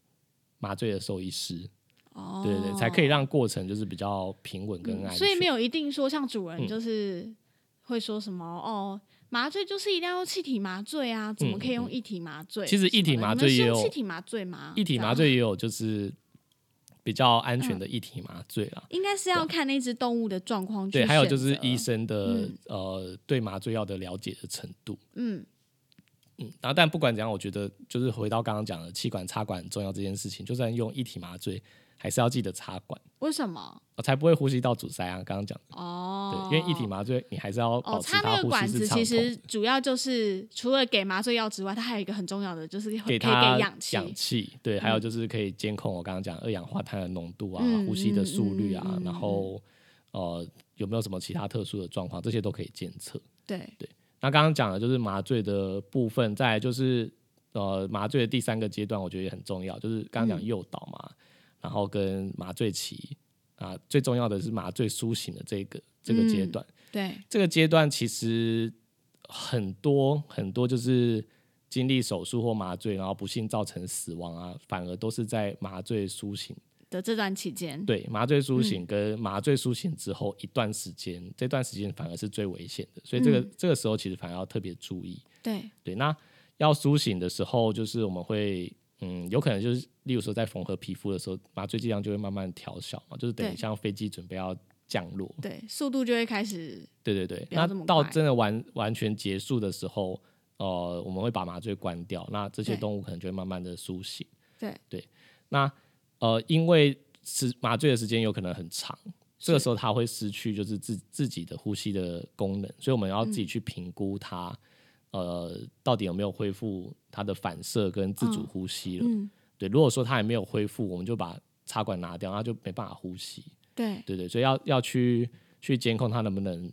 Speaker 2: 麻醉的兽医师，
Speaker 1: 哦，
Speaker 2: 对对对，才可以让过程就是比较平稳跟安全。
Speaker 1: 嗯所以没有一定说像主人
Speaker 2: 嗯
Speaker 1: 就是会说什么、哦，麻醉就是一定要用气体麻醉啊，怎么可以用一体麻醉什么的？
Speaker 2: 嗯其实一体麻醉也有
Speaker 1: 你们是用气体麻醉吗？
Speaker 2: 一体麻
Speaker 1: 这样嗯
Speaker 2: 醉也有就是比较安全的一体麻醉啦。
Speaker 1: 应该是要看那只动物的状况去
Speaker 2: 啊对，还有就是
Speaker 1: 选择
Speaker 2: 医，生的、
Speaker 1: 嗯
Speaker 2: 呃对麻醉药的了解的程度，
Speaker 1: 嗯，
Speaker 2: 嗯，然后但不管怎样，我觉得就是回到刚刚讲的气管插管很重要这件事情，就算用一体麻醉，还是要记得插管，
Speaker 1: 为什么？
Speaker 2: 呃才不会呼吸道阻塞啊。刚刚讲的，
Speaker 1: 哦，
Speaker 2: 对，因为一体麻醉你还是要
Speaker 1: 哦，
Speaker 2: 保持
Speaker 1: 插那
Speaker 2: 它
Speaker 1: 个
Speaker 2: 呼
Speaker 1: 管
Speaker 2: 吸
Speaker 1: 子
Speaker 2: 是畅
Speaker 1: 其
Speaker 2: 通
Speaker 1: 实
Speaker 2: 的，
Speaker 1: 主要就是除了给麻醉药之外，它还有一个很重要的就是会可以给
Speaker 2: 它
Speaker 1: 氧气。
Speaker 2: 哦氧气，对，还有就是可以监控我刚刚讲二氧化碳的浓度啊，
Speaker 1: 嗯
Speaker 2: 呼吸的速率啊，
Speaker 1: 嗯嗯嗯
Speaker 2: 然后呃有没有什么其他特殊的状况，这些都可以监测。
Speaker 1: 对，
Speaker 2: 那刚刚讲的就是麻醉的部分，再来就是呃麻醉的第三个阶段，我觉得也很重要，就是刚
Speaker 1: 嗯
Speaker 2: 刚讲诱导嘛，然后跟麻醉期啊，最重要的是麻醉苏醒的这个这个
Speaker 1: 嗯
Speaker 2: 阶段。
Speaker 1: 对，
Speaker 2: 这个阶段其实很多很多就是经历手术或麻醉，然后不幸造成死亡啊，反而都是在麻醉苏醒。
Speaker 1: 的这段期间，
Speaker 2: 对，麻醉苏
Speaker 1: 嗯
Speaker 2: 醒跟麻醉苏醒之后一段时间，这段时间反而是最危险的，所以这个、
Speaker 1: 嗯
Speaker 2: 这个时候其实反而要特别注意。
Speaker 1: 对，
Speaker 2: 对，那要苏醒的时候，就是我们会，嗯，有可能就是，例如说在缝合皮肤的时候，麻醉剂量就会慢慢调小嘛，就是等于
Speaker 1: 对
Speaker 2: 像飞机准备要降落。
Speaker 1: 对，速度就会开始
Speaker 2: 对对对，
Speaker 1: 不要
Speaker 2: 那
Speaker 1: 这么
Speaker 2: 到
Speaker 1: 快
Speaker 2: 真的完完全结束的时候，呃，我们会把麻醉关掉，那这些
Speaker 1: 对
Speaker 2: 动物可能就会慢慢的苏醒。
Speaker 1: 对
Speaker 2: 对，那呃，因为是麻醉的时间有可能很长，这个时候它会失去就是自自己的呼吸的功能，所以我们要自己去评估它，呃，到底有没有恢复它的反射跟自主
Speaker 1: 嗯
Speaker 2: 呼吸了。
Speaker 1: 嗯，
Speaker 2: 对，如果说它还没有恢复，我们就把插管拿掉，它就没办法呼吸。
Speaker 1: 对，
Speaker 2: 对对，所以要要去去监控他能不能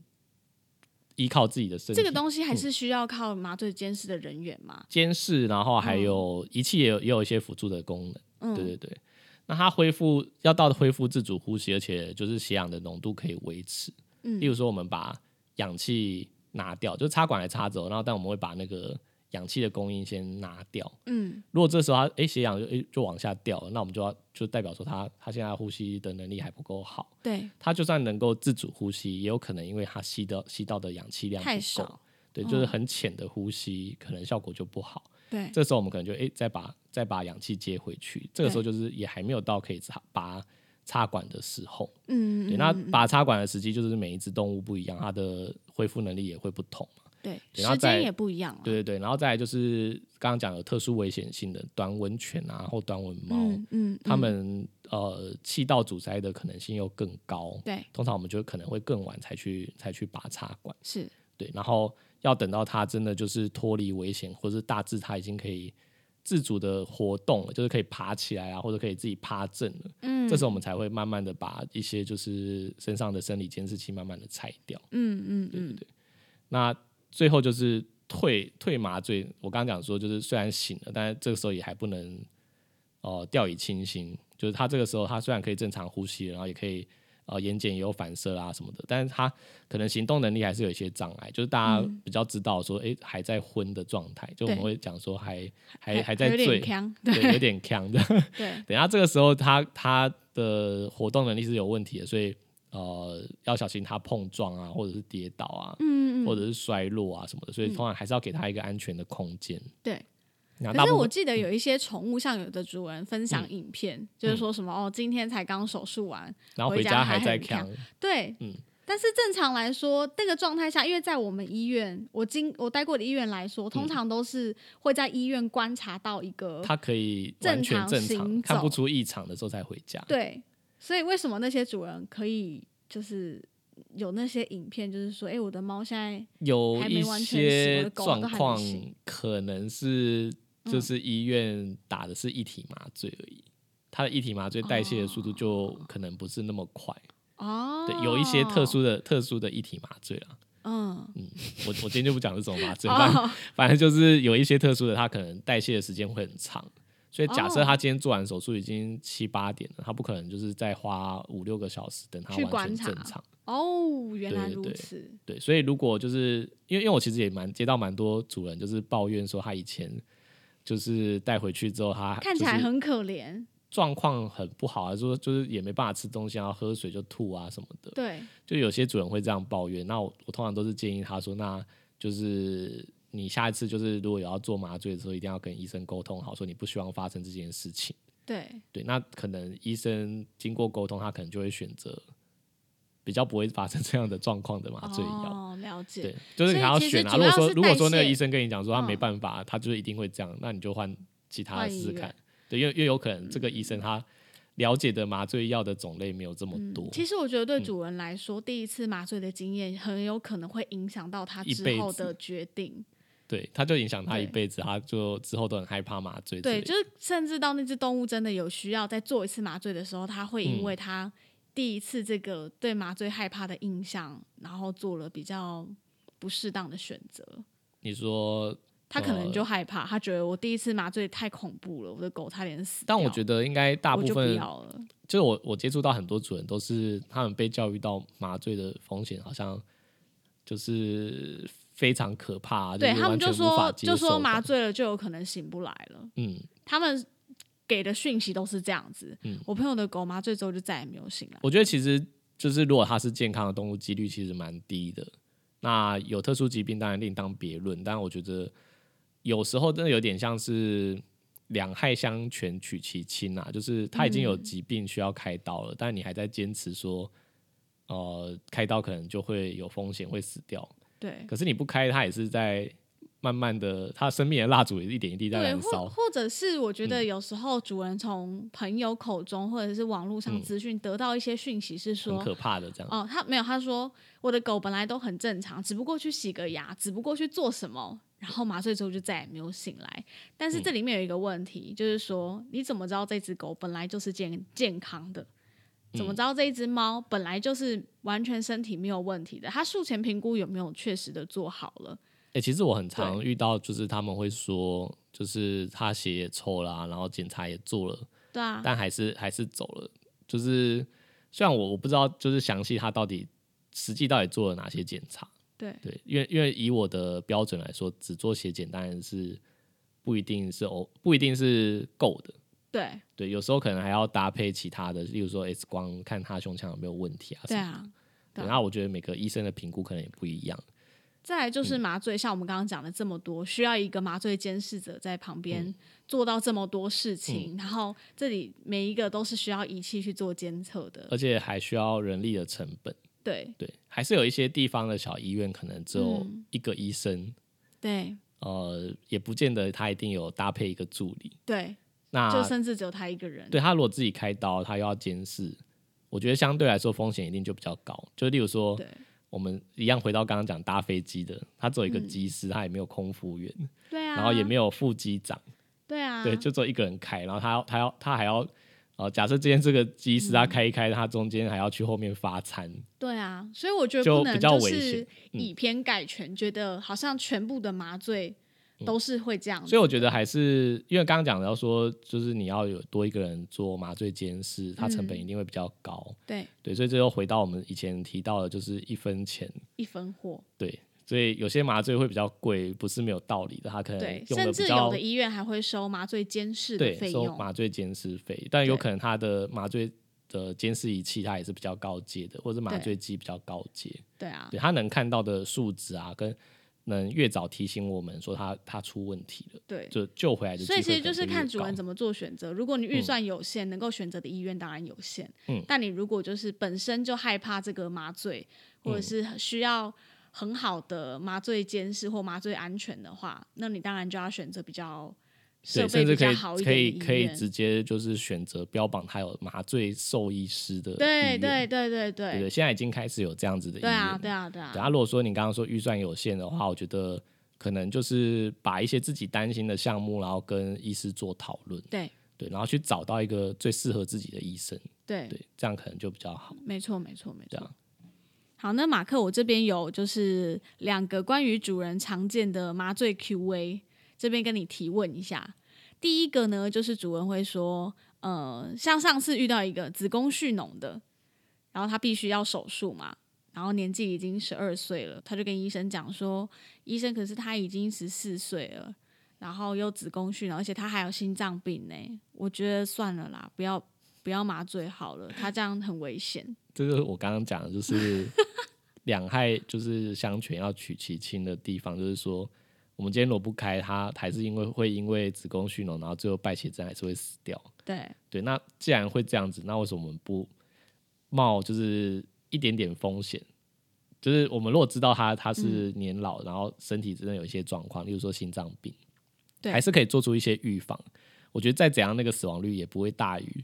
Speaker 2: 依靠自己的身体
Speaker 1: 这个东西
Speaker 2: 嗯
Speaker 1: 还是需要靠麻醉监视的人员嘛？
Speaker 2: 监视，然后还有仪器也有也有一些辅助的功能。
Speaker 1: 嗯，
Speaker 2: 对对对，那它恢复要到恢复自主呼吸，而且就是血氧的浓度可以维持。
Speaker 1: 嗯
Speaker 2: 例如说我们把氧气拿掉，就插管来插走，然后但我们会把那个氧气的供应先拿掉。
Speaker 1: 嗯，
Speaker 2: 如果这时候它诶血氧就诶就往下掉了，那我们就要就代表说它它现在呼吸的能力还不够好。
Speaker 1: 对，
Speaker 2: 它就算能够自主呼吸，也有可能因为它吸到吸到的氧气量不
Speaker 1: 太
Speaker 2: 够
Speaker 1: 少，嗯
Speaker 2: 对，就是很浅的呼吸，可能效果就不好。
Speaker 1: 对，
Speaker 2: 这时候我们可能就诶、再把再把氧气接回去，这个时候就是也还没有到可以插拔插管的时候。
Speaker 1: 嗯，
Speaker 2: 对，
Speaker 1: 嗯
Speaker 2: 那
Speaker 1: 嗯
Speaker 2: 拔插管的时机就是每一只动物不一样，它的恢复能力也会不同嘛。
Speaker 1: 对，
Speaker 2: 对然后
Speaker 1: 时
Speaker 2: 再
Speaker 1: 间也不一样了，
Speaker 2: 对对对，然后再来就是刚刚讲有特殊危险性的短吻犬啊或短吻猫，
Speaker 1: 嗯嗯，
Speaker 2: 它
Speaker 1: 嗯
Speaker 2: 们呃气道阻塞的可能性又更高。
Speaker 1: 对
Speaker 2: 通常我们就可能会更晚才去才去拔插管，
Speaker 1: 嗯是，
Speaker 2: 对，然后要等到它真的就是脱离危险，或是大致它已经可以自主的活动了，就是可以爬起来啊，或者可以自己趴正了，
Speaker 1: 嗯，
Speaker 2: 这时候我们才会慢慢的把一些就是身上的生理监视器慢慢的拆掉。
Speaker 1: 嗯嗯嗯，
Speaker 2: 那最后就是退退麻醉，我刚刚讲说就是虽然醒了，但是这个时候也还不能呃掉以轻心，就是他这个时候他虽然可以正常呼吸，然后也可以呃眼睑也有反射啊什么的，但是他可能行动能力还是有一些障碍，就是大家比较知道说，诶还在昏的状态，就我们
Speaker 1: 对
Speaker 2: 会讲说还还
Speaker 1: 还
Speaker 2: 还在
Speaker 1: 有点
Speaker 2: 醉，
Speaker 1: 呛
Speaker 2: 对，有
Speaker 1: 对
Speaker 2: 点呛的。
Speaker 1: 对，嗯
Speaker 2: 等一下这个时候他他的活动能力是有问题的，所以呃要小心他碰撞啊，或者是跌倒啊，
Speaker 1: 嗯嗯
Speaker 2: 或
Speaker 1: 嗯，
Speaker 2: 者是衰落啊什么的，所以通常还是要给他一个安全的空间。
Speaker 1: 对。
Speaker 2: 那啊大
Speaker 1: 可是
Speaker 2: 部
Speaker 1: 我
Speaker 2: 分嗯
Speaker 1: 记得有一些宠物，像有的主人分享影片，就是说什么哦，今天才刚手术完，
Speaker 2: 然后
Speaker 1: 回
Speaker 2: 回
Speaker 1: 家
Speaker 2: 家
Speaker 1: 还
Speaker 2: 还在
Speaker 1: 很
Speaker 2: 扛，
Speaker 1: 对，
Speaker 2: 嗯
Speaker 1: 但是正常来说，那个状态下，因为在我们医院，我经我待过的医院来说，通常都是会在医院观察到一个，
Speaker 2: 嗯他可以完全
Speaker 1: 正常
Speaker 2: 正常，
Speaker 1: 行
Speaker 2: 看不
Speaker 1: 走
Speaker 2: 出异常的时候才回家。
Speaker 1: 对，所以为什么那些主人可以就是有那些影片，就是说，哎、我的猫现在
Speaker 2: 有
Speaker 1: 还
Speaker 2: 一
Speaker 1: 没完全醒我
Speaker 2: 些
Speaker 1: 的狗
Speaker 2: 状
Speaker 1: 都还没
Speaker 2: 况
Speaker 1: 醒
Speaker 2: 可能是就
Speaker 1: 嗯
Speaker 2: 是医院打的是一体麻醉而已，它的一体麻醉代谢的速度就可能不是那么快。
Speaker 1: 哦，
Speaker 2: 对，有一些特，殊的特殊的一体麻醉啦。
Speaker 1: 嗯，
Speaker 2: 我我今天就不讲是什么麻醉，反正
Speaker 1: 哦，
Speaker 2: 反正就是有一些特殊的，它可能代谢的时间会很长。所以假设
Speaker 1: 哦
Speaker 2: 他今天做完手术已经七八点了，他不可能就是再花五六个小时等他
Speaker 1: 去
Speaker 2: 完
Speaker 1: 观
Speaker 2: 全
Speaker 1: 察
Speaker 2: 正常。
Speaker 1: 哦，原来
Speaker 2: 对对
Speaker 1: 如
Speaker 2: 对
Speaker 1: 此，
Speaker 2: 对，所以如果就是因为因为我其实也蛮接到蛮多主人就是抱怨说他以前就是带回去之后他
Speaker 1: 看起来
Speaker 2: 啊就是
Speaker 1: 很可怜，
Speaker 2: 状况很不好啊，说就是也没办法吃东西啊，然后喝水就吐啊什么的，
Speaker 1: 对，
Speaker 2: 就有些主人会这样抱怨。那我我通常都是建议他说，那就是你下一次就是如果有要做麻醉的时候，一定要跟医生沟通好，说你不希望发生这件事情。
Speaker 1: 对，
Speaker 2: 对，那可能医生经过沟通，他可能就会选择比较不会发生啊这样的状况的麻醉药。
Speaker 1: 哦，了解，
Speaker 2: 对，就
Speaker 1: 所
Speaker 2: 是
Speaker 1: 以
Speaker 2: 你还要
Speaker 1: 其实
Speaker 2: 选啊。
Speaker 1: 主
Speaker 2: 如果
Speaker 1: 要
Speaker 2: 说
Speaker 1: 是
Speaker 2: 如果
Speaker 1: 代
Speaker 2: 说那个
Speaker 1: 谢
Speaker 2: 医生跟你讲说他
Speaker 1: 嗯
Speaker 2: 没办法，他就是一定会这样，那你就换其他的
Speaker 1: 换
Speaker 2: 试
Speaker 1: 医
Speaker 2: 试
Speaker 1: 院嗯
Speaker 2: 看。对，因为因为有可能这个医生他了解的麻醉药的种类没有这么多，嗯
Speaker 1: 其实我觉得对主人来说，第一次麻醉的经验很有可能会影响到他
Speaker 2: 一
Speaker 1: 之
Speaker 2: 辈
Speaker 1: 后
Speaker 2: 子
Speaker 1: 的决定。
Speaker 2: 对，他就影响他一
Speaker 1: 对
Speaker 2: 辈子，他就之后都很害怕麻醉之
Speaker 1: 对，
Speaker 2: 类的。
Speaker 1: 就是甚至到那只动物真的有需要再做一次麻醉的时候，它会因
Speaker 2: 嗯
Speaker 1: 为它第一次这个对麻醉害怕的印象，然后做了比较不适当的选择。
Speaker 2: 你说，
Speaker 1: 它可能
Speaker 2: 呃
Speaker 1: 就害怕，它觉得我第一次麻醉太恐怖了，我的狗差点死掉。
Speaker 2: 但我觉
Speaker 1: 得
Speaker 2: 得应该大部
Speaker 1: 我就不
Speaker 2: 分
Speaker 1: 要了。
Speaker 2: 就是我我接触到很多主人都是他们被教育到麻醉的风险好像就是非常可怕、啊，
Speaker 1: 对
Speaker 2: 是
Speaker 1: 他们
Speaker 2: 完全
Speaker 1: 就
Speaker 2: 无法
Speaker 1: 说，
Speaker 2: 接
Speaker 1: 就
Speaker 2: 受
Speaker 1: 说
Speaker 2: 的
Speaker 1: 麻醉了就有可能醒不来了。
Speaker 2: 嗯，
Speaker 1: 他们给的讯息都是这样子。
Speaker 2: 嗯
Speaker 1: 我朋友的狗麻醉之后就再也没有醒来。
Speaker 2: 我觉得其实就是如果它是健康的动物，几率其实蛮低的。那有特殊疾病当然另当别论，但我觉得有时候真的有点像是两害相权取其轻啊，就是它已经
Speaker 1: 嗯
Speaker 2: 有疾病需要开刀了，但你还在坚持说，呃，开刀可能就会有风险会死掉，
Speaker 1: 对。
Speaker 2: 可是你不开，它也是在慢慢的，它生命的蜡烛也是一点一滴在
Speaker 1: 对，
Speaker 2: 燃
Speaker 1: 或
Speaker 2: 烧。嗯
Speaker 1: 或者是我觉得有时候主人从朋友口中或者是网络上资讯得到一些讯息，是
Speaker 2: 嗯很
Speaker 1: 说。
Speaker 2: 可怕的这样，
Speaker 1: 哦，他没有，他说我的狗本来都很正常，只不过去洗个牙，只不过去做什么，然后麻醉之后就再也没有醒来。但是这里面有一个问题，就是说你怎么知道这只狗本来就是健健康的？怎么知道这一只猫本来就是完全身体没有问题的？它术前评估有没有确实的做好了？
Speaker 2: 哎、其实我很常遇到，就是他们会说，就是他血也抽啦、然后检查也做了，
Speaker 1: 对啊，
Speaker 2: 但还是还是走了。就是虽然我我不知道，就是详细他到底实际到底做了哪些检查，
Speaker 1: 嗯对
Speaker 2: 对，因为因为以我的标准来说，只做血检当然是不一定是哦，不一定是够的。
Speaker 1: 对
Speaker 2: 对，有时候可能还要搭配其他的，例如说 X 光看他胸腔有没有问题啊什
Speaker 1: 对
Speaker 2: 么。
Speaker 1: 啊，对
Speaker 2: 对，那我觉得每个医生的评估可能也不一样。
Speaker 1: 再来
Speaker 2: 嗯
Speaker 1: 就是麻醉，像我们刚刚讲的这么多，需要一个麻醉监视者在旁边
Speaker 2: 嗯
Speaker 1: 做到这么多事情，然后这里每一个都是需要仪器去做监测的。
Speaker 2: 而且还需要人力的成本。
Speaker 1: 对
Speaker 2: 对，还是有一些地方的小医院可能只有
Speaker 1: 嗯
Speaker 2: 一个医生，
Speaker 1: 对
Speaker 2: 呃，也不见得他一定有搭配一个助理。
Speaker 1: 对，
Speaker 2: 那
Speaker 1: 就甚至只有他一个人。
Speaker 2: 啊对他如果自己开刀，他又要监视，我觉得相对来说风险一定就比较高。就例如说，
Speaker 1: 对
Speaker 2: 我们一样回到刚刚讲搭飞机的，他只有一个机师，他也没有空服员，
Speaker 1: 嗯对啊，
Speaker 2: 然后也没有副机长。
Speaker 1: 对啊，
Speaker 2: 对，就只有一个人开，然后他要他要他还要，呃，假设今天这个机师
Speaker 1: 嗯
Speaker 2: 他开一开，他中间还要去后面发餐，
Speaker 1: 对啊，所以我觉得
Speaker 2: 就
Speaker 1: 不能
Speaker 2: 比较
Speaker 1: 就
Speaker 2: 危
Speaker 1: 是
Speaker 2: 险嗯
Speaker 1: 以偏概全，觉得好像全部的麻醉都是会这样子。
Speaker 2: 嗯所以我觉得还是因为刚刚讲到说，就是你要有多一个人做麻醉监视，它成本一定会比较高，
Speaker 1: 对
Speaker 2: 对，所以这又回到我们以前提到的，就是一分钱，
Speaker 1: 一分货，
Speaker 2: 对，所以有些麻醉会比较贵，不是没有道理的，它可能
Speaker 1: 对，
Speaker 2: 呃用
Speaker 1: 甚
Speaker 2: 的
Speaker 1: 至
Speaker 2: 比
Speaker 1: 有
Speaker 2: 较
Speaker 1: 的医院还会收麻醉监视的
Speaker 2: 对
Speaker 1: 费
Speaker 2: 收
Speaker 1: 用。
Speaker 2: 麻醉监视费，但有
Speaker 1: 对
Speaker 2: 可能它的麻醉的监视仪器它也是比较高阶的，或者是麻
Speaker 1: 对
Speaker 2: 醉机比较高阶，
Speaker 1: 对啊，
Speaker 2: 对他能看到的数值啊，跟能越早提醒我们说他他出问题了，
Speaker 1: 对。
Speaker 2: 就救回来的机
Speaker 1: 所
Speaker 2: 会
Speaker 1: 以
Speaker 2: 可
Speaker 1: 其
Speaker 2: 能
Speaker 1: 实
Speaker 2: 就
Speaker 1: 就是看主人
Speaker 2: 么
Speaker 1: 怎么做选择。如果你预算有限，能够选择的医院当然有限。
Speaker 2: 嗯
Speaker 1: 但你如果就是本身就害怕这个麻醉，
Speaker 2: 嗯
Speaker 1: 或者是需要很好的麻醉监视或麻醉安全的话，那你当然就要选择比较设
Speaker 2: 对，
Speaker 1: 备
Speaker 2: 甚
Speaker 1: 比
Speaker 2: 至可
Speaker 1: 较
Speaker 2: 以
Speaker 1: 好一
Speaker 2: 可
Speaker 1: 点的
Speaker 2: 以
Speaker 1: 医
Speaker 2: 可以
Speaker 1: 院
Speaker 2: 直接就是选择标榜它有麻醉兽医师的
Speaker 1: 对
Speaker 2: 医院
Speaker 1: 对对对
Speaker 2: 对
Speaker 1: 对
Speaker 2: 对，现在已经开始有这样子的医
Speaker 1: 对啊
Speaker 2: 院
Speaker 1: 对啊对啊
Speaker 2: 对啊，如果说你刚刚说预算有限的话，我觉得可能就是把一些自己担心的项目，然后跟医师做讨论，
Speaker 1: 对
Speaker 2: 对，然后去找到一个最适合自己的医生，
Speaker 1: 对
Speaker 2: 对，这样可能就比较好。
Speaker 1: 没错，没错，没
Speaker 2: 这
Speaker 1: 错
Speaker 2: 样。
Speaker 1: 好，那马克，我这边有就是两个关于主人常见的麻醉 Q&A，这边跟你提问一下。第一个呢，就是主人会说，呃，像上次遇到一个子宫蓄脓的，然后他必须要手术嘛，然后年纪已经十二岁了，他就跟医生讲说，医生，可是他已经十四岁了，然后又子宫蓄脓，而且他还有心脏病呢，我觉得算了啦，不要不要麻醉好了，他这样很危险。
Speaker 2: 这就是我刚刚讲的，就是 两害就是相权要取其轻的地方，就是说我们今天挪不开它，还是因为会因为子宫蓄脓，然后最后败血症还是会死掉。
Speaker 1: 对，
Speaker 2: 对，那既然会这样子，那为什么我们不冒就是一点点风险？就是我们如果知道他他是年老，然后身体真的有一些状况，例如说心脏病，
Speaker 1: 对
Speaker 2: 还是可以做出一些预防。我觉得再怎样，那个死亡率也不会大于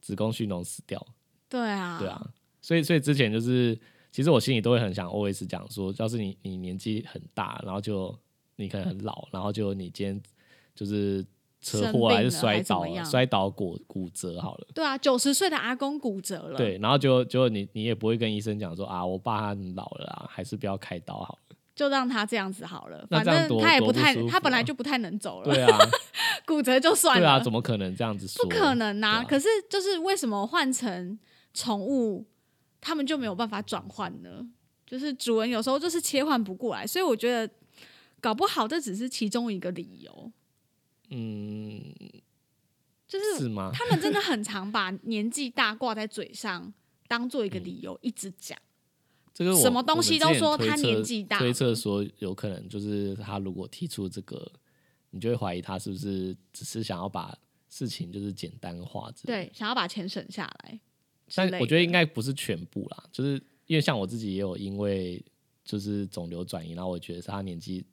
Speaker 2: 子宫蓄脓死掉。
Speaker 1: 对啊，
Speaker 2: 对，啊，所以所以之前就是，其实我心里都会很想 always 讲说，要是你你年纪很大，然后就你可能很老，然后就你今天就是车
Speaker 1: 生
Speaker 2: 祸啊
Speaker 1: 病
Speaker 2: 是
Speaker 1: 了还
Speaker 2: 摔
Speaker 1: 是怎
Speaker 2: 倒
Speaker 1: 么
Speaker 2: 了，
Speaker 1: 样
Speaker 2: 摔倒骨骨折好了，
Speaker 1: 对啊，九十岁的阿公骨折了，
Speaker 2: 对，然后就就你你也不会跟医生讲说啊，我爸他很老了啊，还是不要开刀好了。
Speaker 1: 就让他这样子好了，
Speaker 2: 那
Speaker 1: 反
Speaker 2: 这样
Speaker 1: 正
Speaker 2: 多
Speaker 1: 他也
Speaker 2: 多不
Speaker 1: 太，
Speaker 2: 舒服
Speaker 1: 他本来
Speaker 2: 啊
Speaker 1: 就 不太能走了，
Speaker 2: 对啊，
Speaker 1: 骨折就算
Speaker 2: 对
Speaker 1: 了，
Speaker 2: 啊，怎么可能这样子说？
Speaker 1: 不可能呐、
Speaker 2: 对啊
Speaker 1: 可是就是为什么换成宠物，他们就没有办法转换呢？就是主人有时候就是切换不过来，所以我觉得搞不好这只是其中一个理由，
Speaker 2: 嗯，
Speaker 1: 就是
Speaker 2: 是吗？
Speaker 1: 他们真的很常把年纪大挂在嘴上，当做一个理由、一直讲。
Speaker 2: 这个我
Speaker 1: 什么东西都说
Speaker 2: 我们
Speaker 1: 他
Speaker 2: 之前推测
Speaker 1: 年纪大
Speaker 2: 推测说有可能就是他如果提出这个，你就会怀疑他是不是只是想要把事情就是简单化之类的。
Speaker 1: 对，想要把钱省下来。
Speaker 2: 但
Speaker 1: 之类
Speaker 2: 我觉得
Speaker 1: 的
Speaker 2: 应该不是全部啦，就是因为像我自己也有因为就是肿瘤转移，然后我觉得是他年纪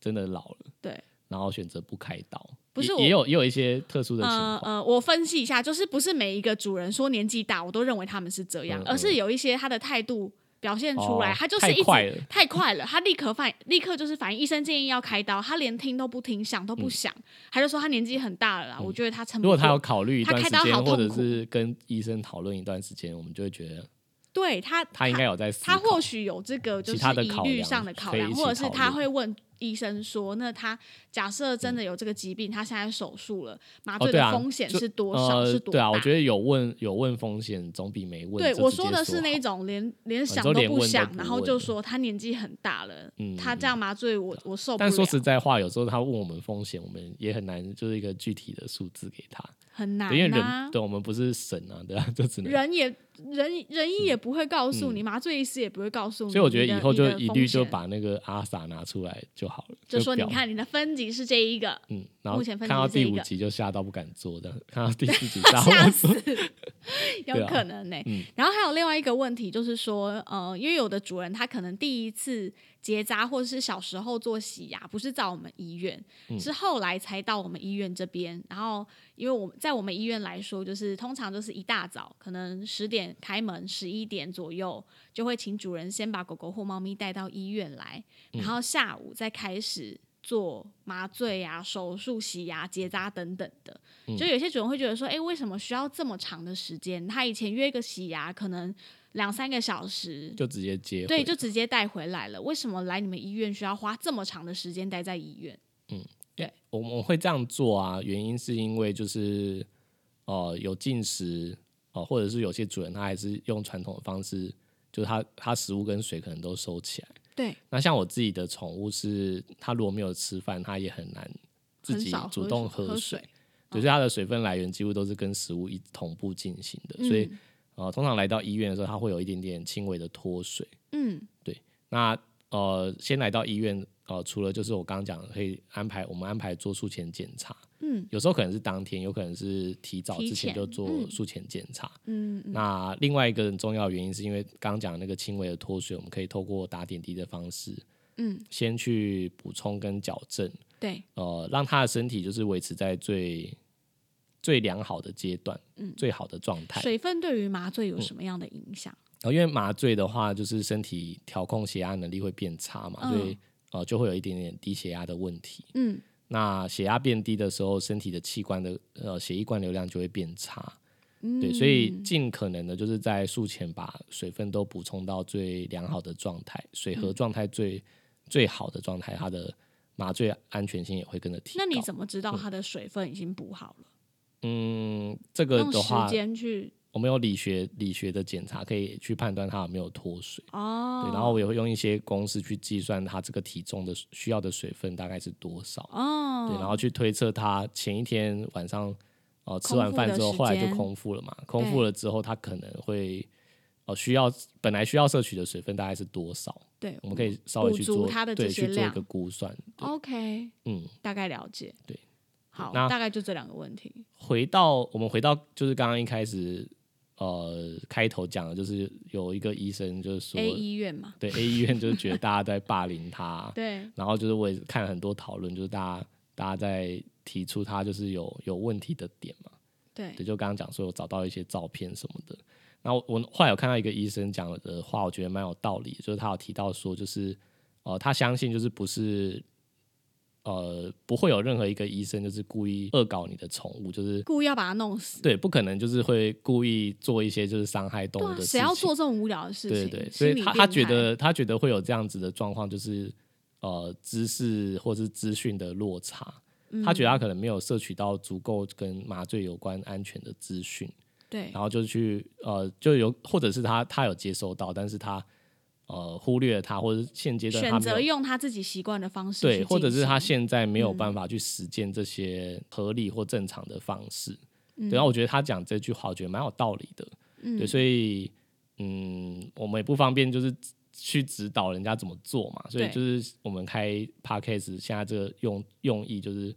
Speaker 2: 真的老了，
Speaker 1: 对，
Speaker 2: 然后选择不开刀，
Speaker 1: 不是
Speaker 2: 也
Speaker 1: 我
Speaker 2: 也有也有一些特殊的情况
Speaker 1: 呃。呃，我分析一下，就是不是每一个主人说年纪大，我都认为他们是这样，
Speaker 2: 嗯嗯
Speaker 1: 而是有一些他的态度表现出来，
Speaker 2: 哦
Speaker 1: 他就是
Speaker 2: 太
Speaker 1: 一直
Speaker 2: 快了
Speaker 1: 太快了，他立刻反立刻就是反应，医生建议要开刀，他连听都不听，想都不想，他就说他年纪很大了啦，我觉得他撑不
Speaker 2: 嗯如
Speaker 1: 住。
Speaker 2: 果他有考虑一
Speaker 1: 他
Speaker 2: 段
Speaker 1: 开
Speaker 2: 时
Speaker 1: 刀好
Speaker 2: 间，或者
Speaker 1: 痛苦
Speaker 2: 是跟医生讨论一段时间，我们就会觉得
Speaker 1: 对他
Speaker 2: 他应该有在思
Speaker 1: 他
Speaker 2: 考。
Speaker 1: 或许有这个就是
Speaker 2: 其他的
Speaker 1: 疑
Speaker 2: 考
Speaker 1: 虑
Speaker 2: 量
Speaker 1: 上的考
Speaker 2: 可以
Speaker 1: 量，
Speaker 2: 一起
Speaker 1: 或者是
Speaker 2: 考
Speaker 1: 他
Speaker 2: 虑
Speaker 1: 会问医生说，那他假设真的有这个疾病，他现在手术了，麻
Speaker 2: 嗯哦，
Speaker 1: 醉
Speaker 2: 对
Speaker 1: 的
Speaker 2: 啊，
Speaker 1: 风险
Speaker 2: 就是
Speaker 1: 多少？
Speaker 2: 呃
Speaker 1: 是多大？
Speaker 2: 对啊，我觉得有问有问风险总比没问。
Speaker 1: 对
Speaker 2: 就
Speaker 1: 我
Speaker 2: 直接
Speaker 1: 说
Speaker 2: 说
Speaker 1: 的是
Speaker 2: 好
Speaker 1: 那种 连连想
Speaker 2: 说连
Speaker 1: 不
Speaker 2: 问都
Speaker 1: 想，
Speaker 2: 不
Speaker 1: 然后
Speaker 2: 问
Speaker 1: 就
Speaker 2: 的
Speaker 1: 说他年纪很大了，
Speaker 2: 嗯
Speaker 1: 他这样麻醉我我受不了，
Speaker 2: 但说实在话，有时候他问我们风险，我们也很难就是一个具体的数字给他，
Speaker 1: 很难
Speaker 2: 对因为
Speaker 1: 啊
Speaker 2: 人。对我们不是神啊，对啊， 就只能。
Speaker 1: 人也人人医也不会告诉你，麻醉医师也不会告诉你，
Speaker 2: 所以我觉
Speaker 1: 你
Speaker 2: 得以
Speaker 1: 的
Speaker 2: 后
Speaker 1: 你
Speaker 2: 就
Speaker 1: 的
Speaker 2: 一
Speaker 1: 风
Speaker 2: 律就
Speaker 1: 险
Speaker 2: 把那个阿萨拿出来就好了，
Speaker 1: 就说你
Speaker 2: 表
Speaker 1: 看你的分级是这一个，
Speaker 2: 嗯，然后
Speaker 1: 目前分
Speaker 2: 看
Speaker 1: 析
Speaker 2: 到
Speaker 1: 是
Speaker 2: 第
Speaker 1: 一
Speaker 2: 五
Speaker 1: 个
Speaker 2: 集就吓到不敢做，这样看到第 四集
Speaker 1: 吓
Speaker 2: 吓
Speaker 1: 死，有
Speaker 2: 对啊
Speaker 1: 可能呢、然后还有另外一个问题，就是说，呃，因为有的主人他可能第一次结扎，或者是小时候做洗牙，不是在我们医院，
Speaker 2: 嗯
Speaker 1: 是后来才到我们医院这边。然后，因为我们在我们医院来说，就是通常就是一大早，可能十点开门，十一点左右就会请主人先把狗狗或猫咪带到医院来，
Speaker 2: 嗯
Speaker 1: 然后下午再开始。做麻醉啊、手术、洗牙、结扎等等的，
Speaker 2: 嗯
Speaker 1: 就有些主人会觉得说，哎、为什么需要这么长的时间？他以前约一个洗牙可能两三个小时，
Speaker 2: 就直接接
Speaker 1: 对，
Speaker 2: 回
Speaker 1: 就直接带回来了。为什么来你们医院需要花这么长的时间待在医院？
Speaker 2: 我我们会这样做啊，原因是因为就是呃有进食哦、呃或者是有些主人他还是用传统的方式，就是他他食物跟水可能都收起来。
Speaker 1: 对，
Speaker 2: 那像我自己的宠物是，它如果没有吃饭，它也很难自
Speaker 1: 很
Speaker 2: 己
Speaker 1: 少
Speaker 2: 主
Speaker 1: 喝
Speaker 2: 动
Speaker 1: 水
Speaker 2: 喝
Speaker 1: 喝
Speaker 2: 水
Speaker 1: 水，嗯
Speaker 2: 就是它的水分来源几乎都是跟食物一同步进行
Speaker 1: 嗯
Speaker 2: 的，所以呃通常来到医院的时候，它会有一点点轻微的脱水。
Speaker 1: 嗯，
Speaker 2: 那呃，先来到医院，呃，除了就是我刚刚讲的，可以安排我们安排做术前检查，
Speaker 1: 嗯，
Speaker 2: 有时候可能是当天，有可能是提早
Speaker 1: 提
Speaker 2: 之前
Speaker 1: 前
Speaker 2: 就做
Speaker 1: 嗯
Speaker 2: 术前检查。
Speaker 1: 嗯
Speaker 2: 那另外一个很重要的原因，是因为刚刚讲的那个轻微的脱水，我们可以透过打点滴的方式，
Speaker 1: 嗯，
Speaker 2: 先去补充跟矫正，
Speaker 1: 对，
Speaker 2: 呃，让他的身体就是维持在最最良好的阶段，
Speaker 1: 嗯
Speaker 2: 最好的状态。
Speaker 1: 水分对于麻醉有什么样的影响？
Speaker 2: 呃，因为麻醉的话，就是身体调控血压能力会变差嘛，
Speaker 1: 嗯
Speaker 2: 所以呃就会有一点点低血压的问题。
Speaker 1: 嗯
Speaker 2: 那血压变低的时候，身体的器官的呃血液灌流量就会变差，
Speaker 1: 嗯，
Speaker 2: 对，所以尽可能的就是在术前把水分都补充到最良好的状态，水
Speaker 1: 嗯
Speaker 2: 合状态最、最好的状态，它的麻醉安全性也会跟着提高。
Speaker 1: 那你怎么知道它的水分已经补好了？
Speaker 2: 嗯，这个
Speaker 1: 用
Speaker 2: 的
Speaker 1: 时
Speaker 2: 话，
Speaker 1: 间去
Speaker 2: 我们有理学理学的检查可以去判断它有没有脱水。
Speaker 1: 哦，
Speaker 2: 对，然后我也会用一些公式去计算它这个体重的需要的水分大概是多少，
Speaker 1: 哦，
Speaker 2: 对，然后去推测它前一天晚上呃吃完饭之后，
Speaker 1: 空腹的时间
Speaker 2: 后来就空腹了嘛，空腹了之后它可能会呃需要本来需要摄取的水分大概是多少，
Speaker 1: 对
Speaker 2: 我们可以稍微去
Speaker 1: 补
Speaker 2: 做
Speaker 1: 足它的这
Speaker 2: 对
Speaker 1: 些
Speaker 2: 去做一
Speaker 1: 量
Speaker 2: 个估算，
Speaker 1: ，OK，
Speaker 2: 嗯，
Speaker 1: 大概了解，
Speaker 2: 对，
Speaker 1: 好，
Speaker 2: 那
Speaker 1: 大概就这两个问题，
Speaker 2: 回到我们回到就是刚刚一开始呃开头讲的，就是有一个医生就是说
Speaker 1: A 医院嘛，，
Speaker 2: 对 A 医院就是觉得大家在霸凌他
Speaker 1: 对，
Speaker 2: 然后就是我也看很多讨论，就是大家大家在提出他就是有有问题的点嘛，
Speaker 1: 对，
Speaker 2: 对，就刚刚讲说有找到一些照片什么的。然后我我后来有看到一个医生讲的话，我觉得蛮有道理，就是他有提到说，就是呃，他相信就是不是呃不会有任何一个医生就是故意恶搞你的宠物，就是
Speaker 1: 故意要把它弄死，
Speaker 2: 对，不可能就是会故意做一些就是伤害动
Speaker 1: 对
Speaker 2: 物
Speaker 1: 啊
Speaker 2: 的，事
Speaker 1: 谁
Speaker 2: 情
Speaker 1: 要。做这种无聊的事
Speaker 2: 对
Speaker 1: 情？
Speaker 2: 对，所
Speaker 1: 心
Speaker 2: 以
Speaker 1: 理
Speaker 2: 他
Speaker 1: 变
Speaker 2: 他觉
Speaker 1: 态
Speaker 2: 得他觉得会有这样子的状况，就是呃知识或是资讯的落差，他觉得他
Speaker 1: 嗯
Speaker 2: 可能没有摄取到足够跟麻醉有关安全的资讯，
Speaker 1: 对
Speaker 2: 然后就去呃就有或者是他他有接收到，但是他呃忽略了他，或者是现阶段他
Speaker 1: 选
Speaker 2: 没有
Speaker 1: 择用他自己习惯的方式去
Speaker 2: 对，
Speaker 1: 进
Speaker 2: 或者是他
Speaker 1: 行
Speaker 2: 现在没有
Speaker 1: 嗯
Speaker 2: 办法去实践这些合理或正常的方式。
Speaker 1: 嗯
Speaker 2: 对，然后我觉得他讲这句话，我觉得蛮有道理的。对，所以嗯，我们也不方便就是去指导人家怎么做嘛，所以
Speaker 1: 对
Speaker 2: 就是我们开 podcast 现在这个用用意就是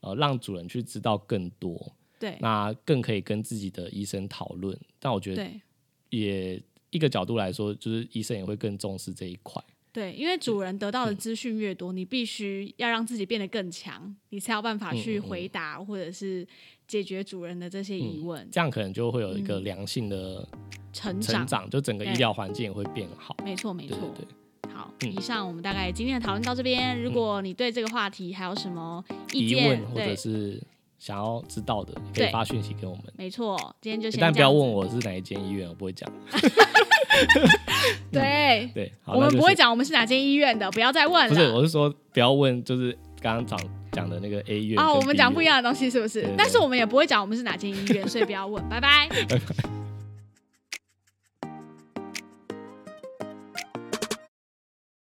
Speaker 2: 呃，让主人去知道更多，
Speaker 1: 对
Speaker 2: 那更可以跟自己的医生讨论。但我觉得
Speaker 1: 对
Speaker 2: 也一个角度来说，就是医生也会更重视这一块。
Speaker 1: 对，因为主
Speaker 2: 嗯
Speaker 1: 人得到的资讯越多，你必须要让自己变得更强，你才有办
Speaker 2: 嗯
Speaker 1: 法去回答或者是解决主人的这些疑问，
Speaker 2: 这样可能就会有一个良性的
Speaker 1: 嗯成
Speaker 2: 成
Speaker 1: 长。
Speaker 2: 长，就整个医
Speaker 1: 对
Speaker 2: 疗环境也会变好。
Speaker 1: 没错，没
Speaker 2: 对
Speaker 1: 错。
Speaker 2: 对对，
Speaker 1: 好，
Speaker 2: 嗯
Speaker 1: 以上我们大概今天的讨论到这边。如果你对这个话题还有什么意
Speaker 2: 疑
Speaker 1: 见
Speaker 2: 问，或者
Speaker 1: 对，
Speaker 2: 是想要知道的，可以
Speaker 1: 对
Speaker 2: 发讯息给我们。
Speaker 1: 没错，今天就先
Speaker 2: 但
Speaker 1: 这
Speaker 2: 不要
Speaker 1: 样
Speaker 2: 问
Speaker 1: 子。
Speaker 2: 我是哪一间医院，我不会讲。
Speaker 1: 对，
Speaker 2: 对，嗯好，
Speaker 1: 我们
Speaker 2: 那就
Speaker 1: 不会
Speaker 2: 是。
Speaker 1: 讲我们是哪间医院的，不要再问了。
Speaker 2: 不是，我是说不要问，就是刚刚讲讲的那个 A 院
Speaker 1: 哦，
Speaker 2: 跟
Speaker 1: 我们
Speaker 2: B
Speaker 1: 讲不一
Speaker 2: 院。
Speaker 1: 样的东西是不是
Speaker 2: 对对？
Speaker 1: 但是我们也不会讲我们是哪间医院，所以不要问，拜拜。